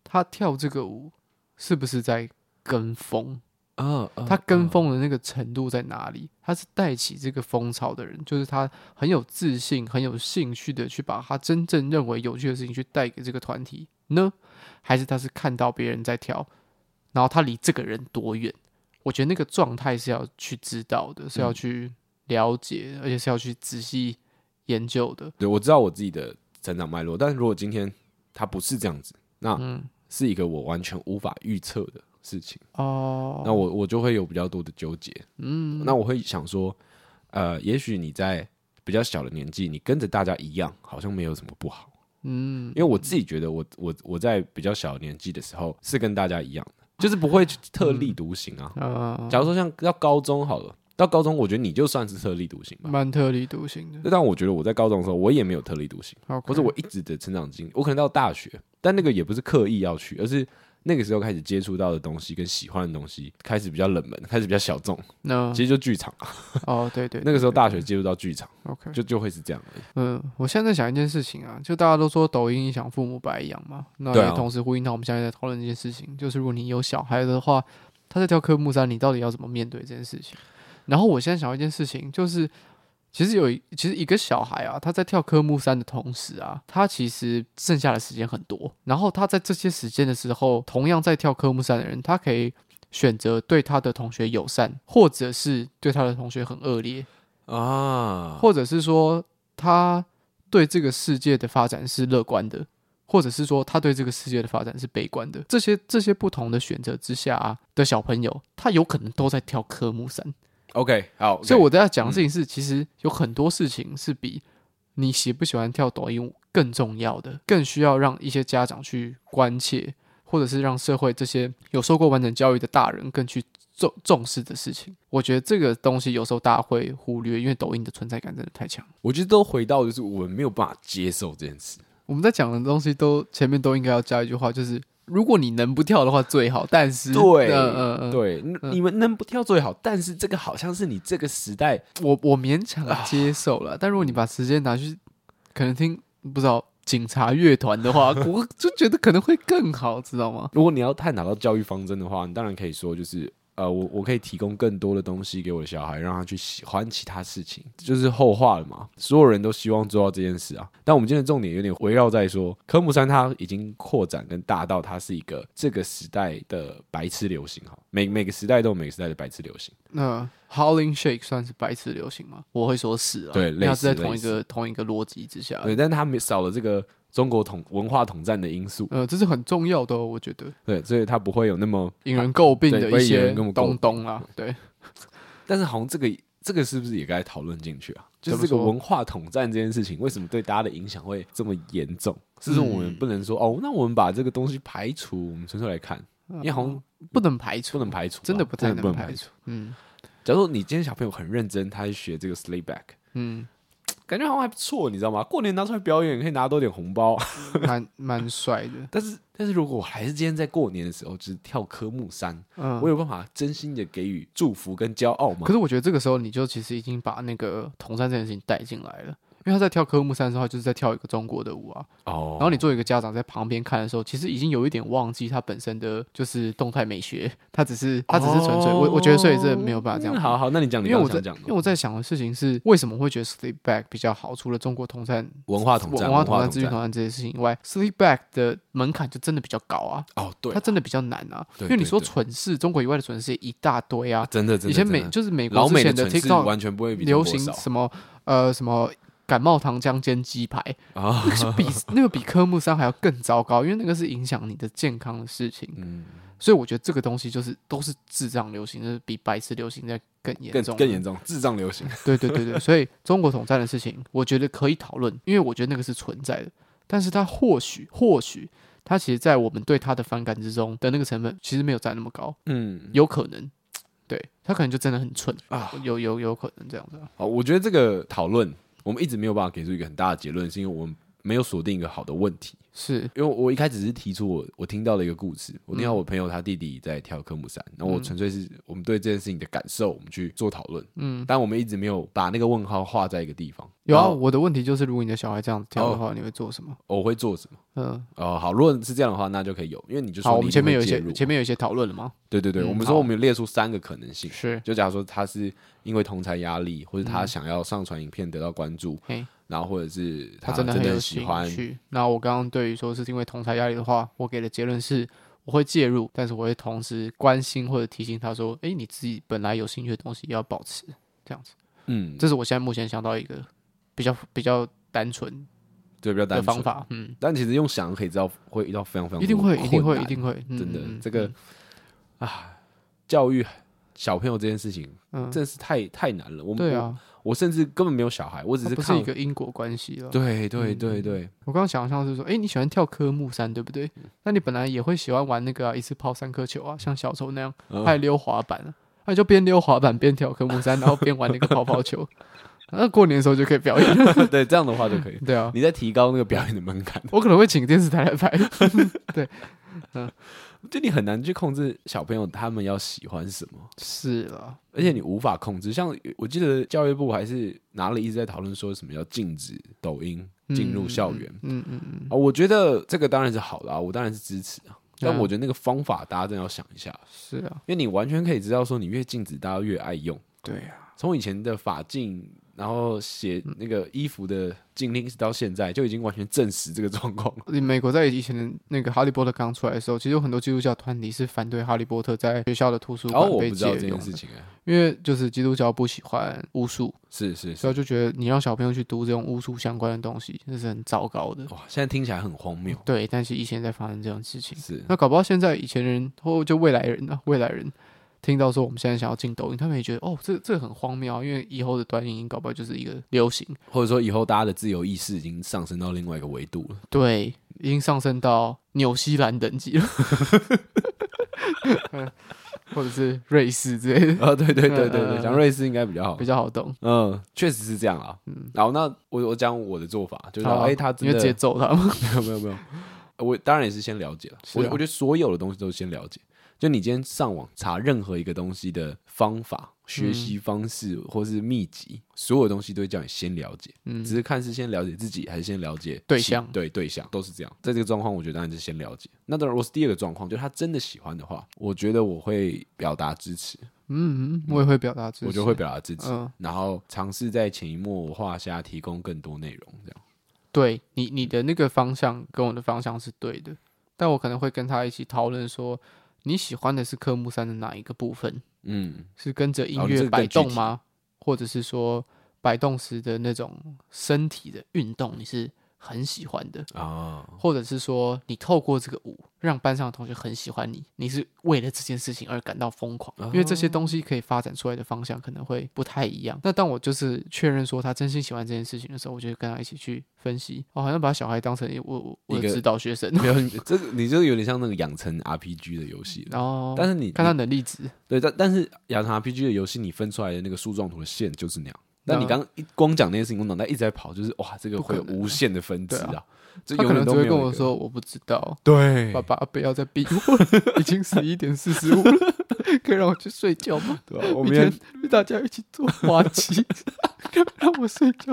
Speaker 2: 他跳这个舞是不是在跟风？
Speaker 1: 嗯嗯
Speaker 2: 他跟
Speaker 1: 嗯
Speaker 2: 风的那个程度在哪里？他是带起这个风潮的人，就是他很有自信、很有兴趣的去把他真正认为有趣的事情去带给这个团体呢，还是他是看到别人在跳，然后他离这个人多远？我觉得那个状态是要去知道的，是要去了解，而且是要去仔细研究的。
Speaker 1: 对我知道我自己的成长脉络，但如果今天他不是这样子，那
Speaker 2: 嗯，
Speaker 1: 是一个我完全无法预测的事情，那
Speaker 2: 哦，
Speaker 1: 我我就会有比较多的纠结。
Speaker 2: 嗯，
Speaker 1: 那我会想说，呃，也许你在比较小的年纪，你跟着大家一样，好像没有什么不好。
Speaker 2: 嗯
Speaker 1: 因，为我自己觉得我，我我在比较小的年纪的时候是跟大家一样的，就是不会去特立独行啊。
Speaker 2: 呃，
Speaker 1: 假如说像到高中好了，到高中我觉得你就算是特立独行吧。
Speaker 2: 呃蛮特立独行的，
Speaker 1: 但我觉得我在高中的时候，我也没有特立独行，
Speaker 2: 好，
Speaker 1: 或者我一直的成长经历，我可能到大学，但那个也不是刻意要去，而是那个时候开始接触到的东西跟喜欢的东西开始比较冷门，开始比较小众，
Speaker 2: 那
Speaker 1: 其实就剧场啊。
Speaker 2: 哦，对对，
Speaker 1: 那个时候
Speaker 2: 对
Speaker 1: 大学接触到剧场，
Speaker 2: OK，
Speaker 1: 就就会是这样而已。
Speaker 2: 嗯，我现在在想一件事情啊，就大家都说抖音影响父母百养嘛，那
Speaker 1: 对
Speaker 2: 也
Speaker 1: 啊
Speaker 2: 同时呼应到我们现在在讨论这件事情，就是如果你有小孩的话，他在跳科目三，你到底要怎么面对这件事情？然后我现在想到一件事情，就是其实有一其实一个小孩啊，他在跳科目三的同时啊，他其实剩下的时间很多，然后他在这些时间的时候，同样在跳科目三的人，他可以选择对他的同学友善，或者是对他的同学很恶劣，
Speaker 1: 啊，
Speaker 2: 或者是说他对这个世界的发展是乐观的，或者是说他对这个世界的发展是悲观的。这些这些不同的选择之下、啊、的小朋友，他有可能都在跳科目三。嗯
Speaker 1: OK，好，
Speaker 2: 所以我在讲的事情是，其实有很多事情是比你喜不喜欢跳抖音舞更重要的，更需要让一些家长去关切，或者是让社会这些有受过完整教育的大人更去重重视的事情。我觉得这个东西有时候大家会忽略，因为抖音的存在感真的太强。
Speaker 1: 我觉得都回到就是我们没有办法接受这件事。
Speaker 2: 我们在讲的东西都前面都应该要加一句话，就是如果你能不跳的话最好，但是
Speaker 1: 对
Speaker 2: 嗯嗯嗯，
Speaker 1: 对，你你们能不跳最好，但是这个好像是你这个时代
Speaker 2: 我我勉强接受了，但如果你把时间拿去可能听不知道警察乐团的 话，我就觉得可能会更好，知道吗？
Speaker 1: 如果你要探讨到教育方针的话，你当然可以说就是。呃，我我可以提供更多的东西给我的小孩，让他去喜欢其他事情，就是后话了嘛。所有人都希望做到这件事啊。但我们今天的重点有点围绕在说，科目三它已经扩展跟大到它是一个这个时代的白痴流行哈。每每个时代都有每个时代的白痴流行。
Speaker 2: 那 Howling Shake 算是白痴流行吗？我会说是啊，
Speaker 1: 对
Speaker 2: 因为
Speaker 1: 类
Speaker 2: 它
Speaker 1: 似
Speaker 2: 是在同一个同一个逻辑之下，
Speaker 1: 对，但他没少了这个中国统文化统战的因素，
Speaker 2: 呃，这是很重要的、哦，我觉得
Speaker 1: 对，所以他不会有那么，
Speaker 2: 引人诟病
Speaker 1: 对
Speaker 2: 的
Speaker 1: 不会
Speaker 2: 一
Speaker 1: 引人
Speaker 2: 些
Speaker 1: 那么诟
Speaker 2: 东东啦，对，
Speaker 1: 但是好像这个这个是不是也该讨论进去啊？就
Speaker 2: 怎
Speaker 1: 是
Speaker 2: 么
Speaker 1: 这个
Speaker 2: 说
Speaker 1: 文化统战这件事情，为什么对大家的影响会这么严重？是说我们
Speaker 2: 嗯
Speaker 1: 不能说、哦，那我们把这个东西排除，我们纯粹来看，因为好像
Speaker 2: 不能排
Speaker 1: 不
Speaker 2: 除，
Speaker 1: 能排除吧，
Speaker 2: 嗯
Speaker 1: 啊
Speaker 2: 真的不太
Speaker 1: 不能
Speaker 2: 能排
Speaker 1: 排。
Speaker 2: 除，嗯
Speaker 1: 假如说你今天小朋友很认真，他去学这个 sleep back，
Speaker 2: 嗯，
Speaker 1: 感觉好像还不错，你知道吗？过年拿出来表演可以拿多点红 包，
Speaker 2: 蛮蛮帅的，
Speaker 1: 但是但是如果我还是今天在过年的时候就是跳科目三，
Speaker 2: 嗯
Speaker 1: 我。有办法真心的给予祝福跟骄傲吗
Speaker 2: 可？是我觉得这个时候你就其实已经把那个同山这件事情带进来了，因为他在跳科目三的时候，他就是在跳一个中国的舞啊。
Speaker 1: 哦
Speaker 2: 然后你作为一个家长在旁边看的时候，其实已经有一点忘记他本身的就是动态美学，他只是他只是纯粹、我我觉得所以这没有办法这样。
Speaker 1: 嗯好好，那你讲，你
Speaker 2: 因为
Speaker 1: 刚
Speaker 2: 我
Speaker 1: 刚
Speaker 2: 在
Speaker 1: 想讲的，
Speaker 2: 因为我在想的事情是，为什么会觉得 sleep back 比较好？除了中国同山
Speaker 1: 文化统战，
Speaker 2: 文化
Speaker 1: 统
Speaker 2: 同山、资讯同山这些事情以外，sleep back 的门槛就真的比较高啊，
Speaker 1: 哦，对
Speaker 2: 它，真的比较难啊。
Speaker 1: 对
Speaker 2: 因为你
Speaker 1: 对
Speaker 2: 说
Speaker 1: 对
Speaker 2: 蠢事，中国以外的蠢事也一大堆啊。
Speaker 1: 真的真的，
Speaker 2: 以前
Speaker 1: 真
Speaker 2: 美
Speaker 1: 的
Speaker 2: 就是美国
Speaker 1: 老
Speaker 2: 之
Speaker 1: 美
Speaker 2: 前
Speaker 1: 的城市
Speaker 2: TikTok
Speaker 1: 完全不会比
Speaker 2: 流
Speaker 1: 中国
Speaker 2: 行
Speaker 1: 少
Speaker 2: 什么呃什么感冒糖浆煎鸡排，
Speaker 1: 啊，
Speaker 2: 那个是比那个比科目三还要更糟糕，因为那个是影响你的健康的事情。
Speaker 1: 嗯，
Speaker 2: 所以我觉得这个东西就是都是智障流行，就是比白痴流行在更严
Speaker 1: 更
Speaker 2: 重，嗯
Speaker 1: 更严。重，智障流行，
Speaker 2: 对对对 对，所以中国统战的事情，我觉得可以讨论，因为我觉得那个是存在的，但是它或许或许。它其实，在我们对它的反感之中的那个成本，其实没有占那么高，
Speaker 1: 嗯
Speaker 2: 有可能，对他可能就真的很蠢，
Speaker 1: 啊，
Speaker 2: 有有有可能这样子啊。
Speaker 1: 好，我觉得这个讨论我们一直没有办法给出一个很大的结论，是因为我们没有锁定一个好的问题。
Speaker 2: 是，
Speaker 1: 因为我一开始是提出我我听到的一个故事，我
Speaker 2: 嗯
Speaker 1: 听到我朋友他弟弟在跳科目三，然后我纯粹是我们对这件事情的感受，我们去做讨论，
Speaker 2: 嗯，
Speaker 1: 但我们一直没有把那个问号画在一个地方。
Speaker 2: 有
Speaker 1: 然
Speaker 2: 啊。
Speaker 1: 后哦
Speaker 2: 我的问题就是，如果你的小孩这样跳的话，你会做什么？
Speaker 1: 我会做什么？
Speaker 2: 嗯，
Speaker 1: 哦，好，如果是这样的话，那就可以有，因为你就说
Speaker 2: 好，
Speaker 1: 你
Speaker 2: 我们
Speaker 1: 一
Speaker 2: 前
Speaker 1: 定
Speaker 2: 面
Speaker 1: 会
Speaker 2: 有一
Speaker 1: 介
Speaker 2: 些
Speaker 1: 入
Speaker 2: 前面有一些讨论了吗？
Speaker 1: 对对对，
Speaker 2: 嗯
Speaker 1: 我们说
Speaker 2: 好
Speaker 1: 我们有列出三个可能性，
Speaker 2: 是，
Speaker 1: 就假如说他是因为同才压力，或者他
Speaker 2: 嗯
Speaker 1: 想要上传影片得到关注，
Speaker 2: 嘿，
Speaker 1: 然后或者是
Speaker 2: 他
Speaker 1: 啊真
Speaker 2: 真的很有
Speaker 1: 很喜
Speaker 2: 兴
Speaker 1: 欢，
Speaker 2: 趣。那我刚刚对于说是因为同才压力的话，我给的结论是。我会介入，但是我会同时关心或者提醒他说：“诶，你自己本来有兴趣的东西要保持，这样子。
Speaker 1: 嗯”，
Speaker 2: 这是我现在目前想到一个比较比较单纯
Speaker 1: 对比较
Speaker 2: 的
Speaker 1: 单
Speaker 2: 方
Speaker 1: 纯。
Speaker 2: 法。嗯，
Speaker 1: 但其实用想可以知道会遇到非常非常
Speaker 2: 一定
Speaker 1: 多的
Speaker 2: 会，一定
Speaker 1: 困
Speaker 2: 会，
Speaker 1: 难
Speaker 2: 一定会。嗯
Speaker 1: 真的
Speaker 2: 嗯嗯
Speaker 1: 这个啊教育小朋友这件事情
Speaker 2: 嗯，
Speaker 1: 真的是太太难了。我
Speaker 2: 对
Speaker 1: 我
Speaker 2: 啊，
Speaker 1: 我甚至根本没有小孩，我只
Speaker 2: 它
Speaker 1: 是
Speaker 2: 不是
Speaker 1: 看
Speaker 2: 一个因果关系了。
Speaker 1: 对对
Speaker 2: 嗯
Speaker 1: 对对，
Speaker 2: 我刚刚想象是说，哎、你喜欢跳科目三，对不对？
Speaker 1: 嗯
Speaker 2: 那你本来也会喜欢玩那个啊、一次抛三颗球啊，像小丑那样，
Speaker 1: 嗯
Speaker 2: 还溜滑板啊，那你就边溜滑板边跳科目三，然后边玩那个泡泡球， 那过年的时候就可以表演了。
Speaker 1: 对这样的话就可以。
Speaker 2: 对啊，
Speaker 1: 你在提高那个表演的门槛，
Speaker 2: 我可能会请电视台来拍。
Speaker 1: 就你很难去控制小朋友他们要喜欢什么。
Speaker 2: 是了，
Speaker 1: 而且你无法控制。像我记得教育部还是拿了一直在讨论说什么要禁止抖音进入校园啊、
Speaker 2: 嗯嗯嗯，
Speaker 1: 我觉得这个当然是好的啊，我当然是支持啊。但
Speaker 2: 嗯
Speaker 1: 我觉得那个方法大家真的要想一下，
Speaker 2: 是啊，
Speaker 1: 因为你完全可以知道说你越禁止大家越爱用。
Speaker 2: 对啊，
Speaker 1: 从以前的法禁，然后写那个衣服的禁令，一直到现在就已经完全证实这个状况了。
Speaker 2: 美国在以前的那个《哈利波特》刚出来的时候，其实有很多基督教团体是反对《哈利波特》在学校的图书
Speaker 1: 然后
Speaker 2: 馆
Speaker 1: 哦我
Speaker 2: 被
Speaker 1: 不知道
Speaker 2: 借
Speaker 1: 这件
Speaker 2: 用
Speaker 1: 事
Speaker 2: 的，
Speaker 1: 情哎、
Speaker 2: 因为就是基督教不喜欢巫术，
Speaker 1: 是是是
Speaker 2: 所以，就觉得你让小朋友去读这种巫术相关的东西，那是很糟糕的。
Speaker 1: 哇，现在听起来很荒谬，
Speaker 2: 对，但是以前在发生这种事情，
Speaker 1: 是
Speaker 2: 那搞不好现在以前人或就未来人啊，未来人听到说我们现在想要进抖音，他们也觉得哦，这这很荒谬啊，因为以后的短影音搞不好就是一个流行，
Speaker 1: 或者说以后大家的自由意识已经上升到另外一个维度了。
Speaker 2: 对，已经上升到纽西兰等级了， 或者是瑞士之类的，
Speaker 1: 啊、对对对对
Speaker 2: 嗯嗯
Speaker 1: 对，
Speaker 2: 嗯
Speaker 1: 讲瑞士应该比较好
Speaker 2: 比。较好懂。
Speaker 1: 嗯，确实是这样啊。然后那我我讲我的做法，就是
Speaker 2: 好
Speaker 1: 哎、
Speaker 2: 啊
Speaker 1: 他
Speaker 2: 你
Speaker 1: 真
Speaker 2: 就
Speaker 1: 的
Speaker 2: 直接揍他们，
Speaker 1: 没有没有没有，我当然也是先了解了。
Speaker 2: 是
Speaker 1: 我
Speaker 2: 啊
Speaker 1: 我觉得所有的东西都先了解。就你今天上网查任何一个东西的方法、学习方式或是秘籍，所有东西都会叫你先了解。
Speaker 2: 嗯
Speaker 1: 只是看是先了解自己还是先了解
Speaker 2: 对
Speaker 1: 其
Speaker 2: 象
Speaker 1: 对对象都是这样。在这个状况，我觉得当然是先了解。那当然，我是第二个状况，就是他真的喜欢的话，我觉得我会表达支持，
Speaker 2: 嗯，嗯我也会表达支持，
Speaker 1: 我就会，表达支持，
Speaker 2: 嗯，
Speaker 1: 然后尝试在潜移默化下提供更多内容，这样。
Speaker 2: 对你你的那个方向跟我的方向是对的，但我可能会跟他一起讨论说你喜欢的是科目三的哪一个部分，
Speaker 1: 嗯，
Speaker 2: 是跟着音
Speaker 1: 哦你这
Speaker 2: 乐
Speaker 1: 个
Speaker 2: 摆
Speaker 1: 更具
Speaker 2: 动
Speaker 1: 体
Speaker 2: 吗？或者是说摆动时的那种身体的运动，你是很喜欢的，
Speaker 1: 啊、
Speaker 2: 或者是说你透过这个舞让班上的同学很喜欢你，你是为了这件事情而感到疯狂，因为这些东西可以发展出来的方向可能会不太一样。那当我就是确认说他真心喜欢这件事情的时候，我就跟他一起去分析，哦，好像把小孩当成我我我
Speaker 1: 一个
Speaker 2: 的指导学生，
Speaker 1: 没有，你这个你这个有点像那个养成 RPG 的游戏了。
Speaker 2: 然 后
Speaker 1: 但是你
Speaker 2: 哦看他能力值，
Speaker 1: 对，但但是养成 RPG 的游戏，你分出来的那个树状图的线就是那样。
Speaker 2: 对
Speaker 1: 但
Speaker 2: 啊
Speaker 1: 你刚刚一光讲那些事情，我脑袋一直在跑，就是哇，这个
Speaker 2: 不可
Speaker 1: 会有
Speaker 2: 能啊
Speaker 1: 无限的分支
Speaker 2: 对
Speaker 1: 啊，这
Speaker 2: 他
Speaker 1: 永
Speaker 2: 可
Speaker 1: 远
Speaker 2: 能
Speaker 1: 都
Speaker 2: 只会
Speaker 1: 没有
Speaker 2: 跟我
Speaker 1: 一个。
Speaker 2: 说我不知道。
Speaker 1: 对
Speaker 2: 爸爸，不要再逼我了，已经十一点四十五了， 可以让我去睡觉吗？
Speaker 1: 对啊吧？我
Speaker 2: 明
Speaker 1: 明
Speaker 2: 天
Speaker 1: 天
Speaker 2: 大家一起做滑稽， 让我睡觉。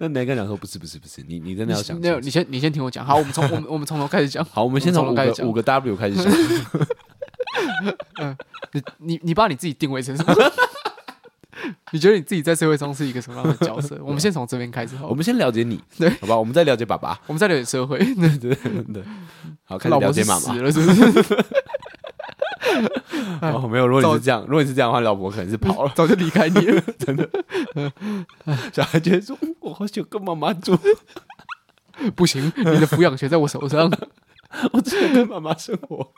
Speaker 1: 那哪个讲说不是不是不是，你你真的要想清
Speaker 2: 你先
Speaker 1: 楚。
Speaker 2: 你先你先听我讲。好，我们从我们 我们从头开始讲。
Speaker 1: 好，我们先从
Speaker 2: 我
Speaker 1: 五
Speaker 2: 们从头开始
Speaker 1: 个
Speaker 2: 讲
Speaker 1: 五个 W 开始想。
Speaker 2: 你你你把你自己定位成什么？ 你觉得你自己在社会中是一个什么样的 角色？我们先从这边开始好了。
Speaker 1: 我们先了解你，
Speaker 2: 对
Speaker 1: 好吧？我们再了解爸爸，
Speaker 2: 我们再聊点社会，
Speaker 1: 对对。好，开始
Speaker 2: 老
Speaker 1: 了
Speaker 2: 婆
Speaker 1: 解
Speaker 2: 是
Speaker 1: 妈
Speaker 2: 死
Speaker 1: 妈。
Speaker 2: 了是不是？
Speaker 1: 哦，没有，如果你是这样，如果你是这样的话，老婆可能是跑了。
Speaker 2: 哎嗯早就离开你了。
Speaker 1: 小孩觉得说，嗯我好想跟妈妈住，
Speaker 2: 不行，你的抚养权在我手上。
Speaker 1: 我只想跟妈妈生活。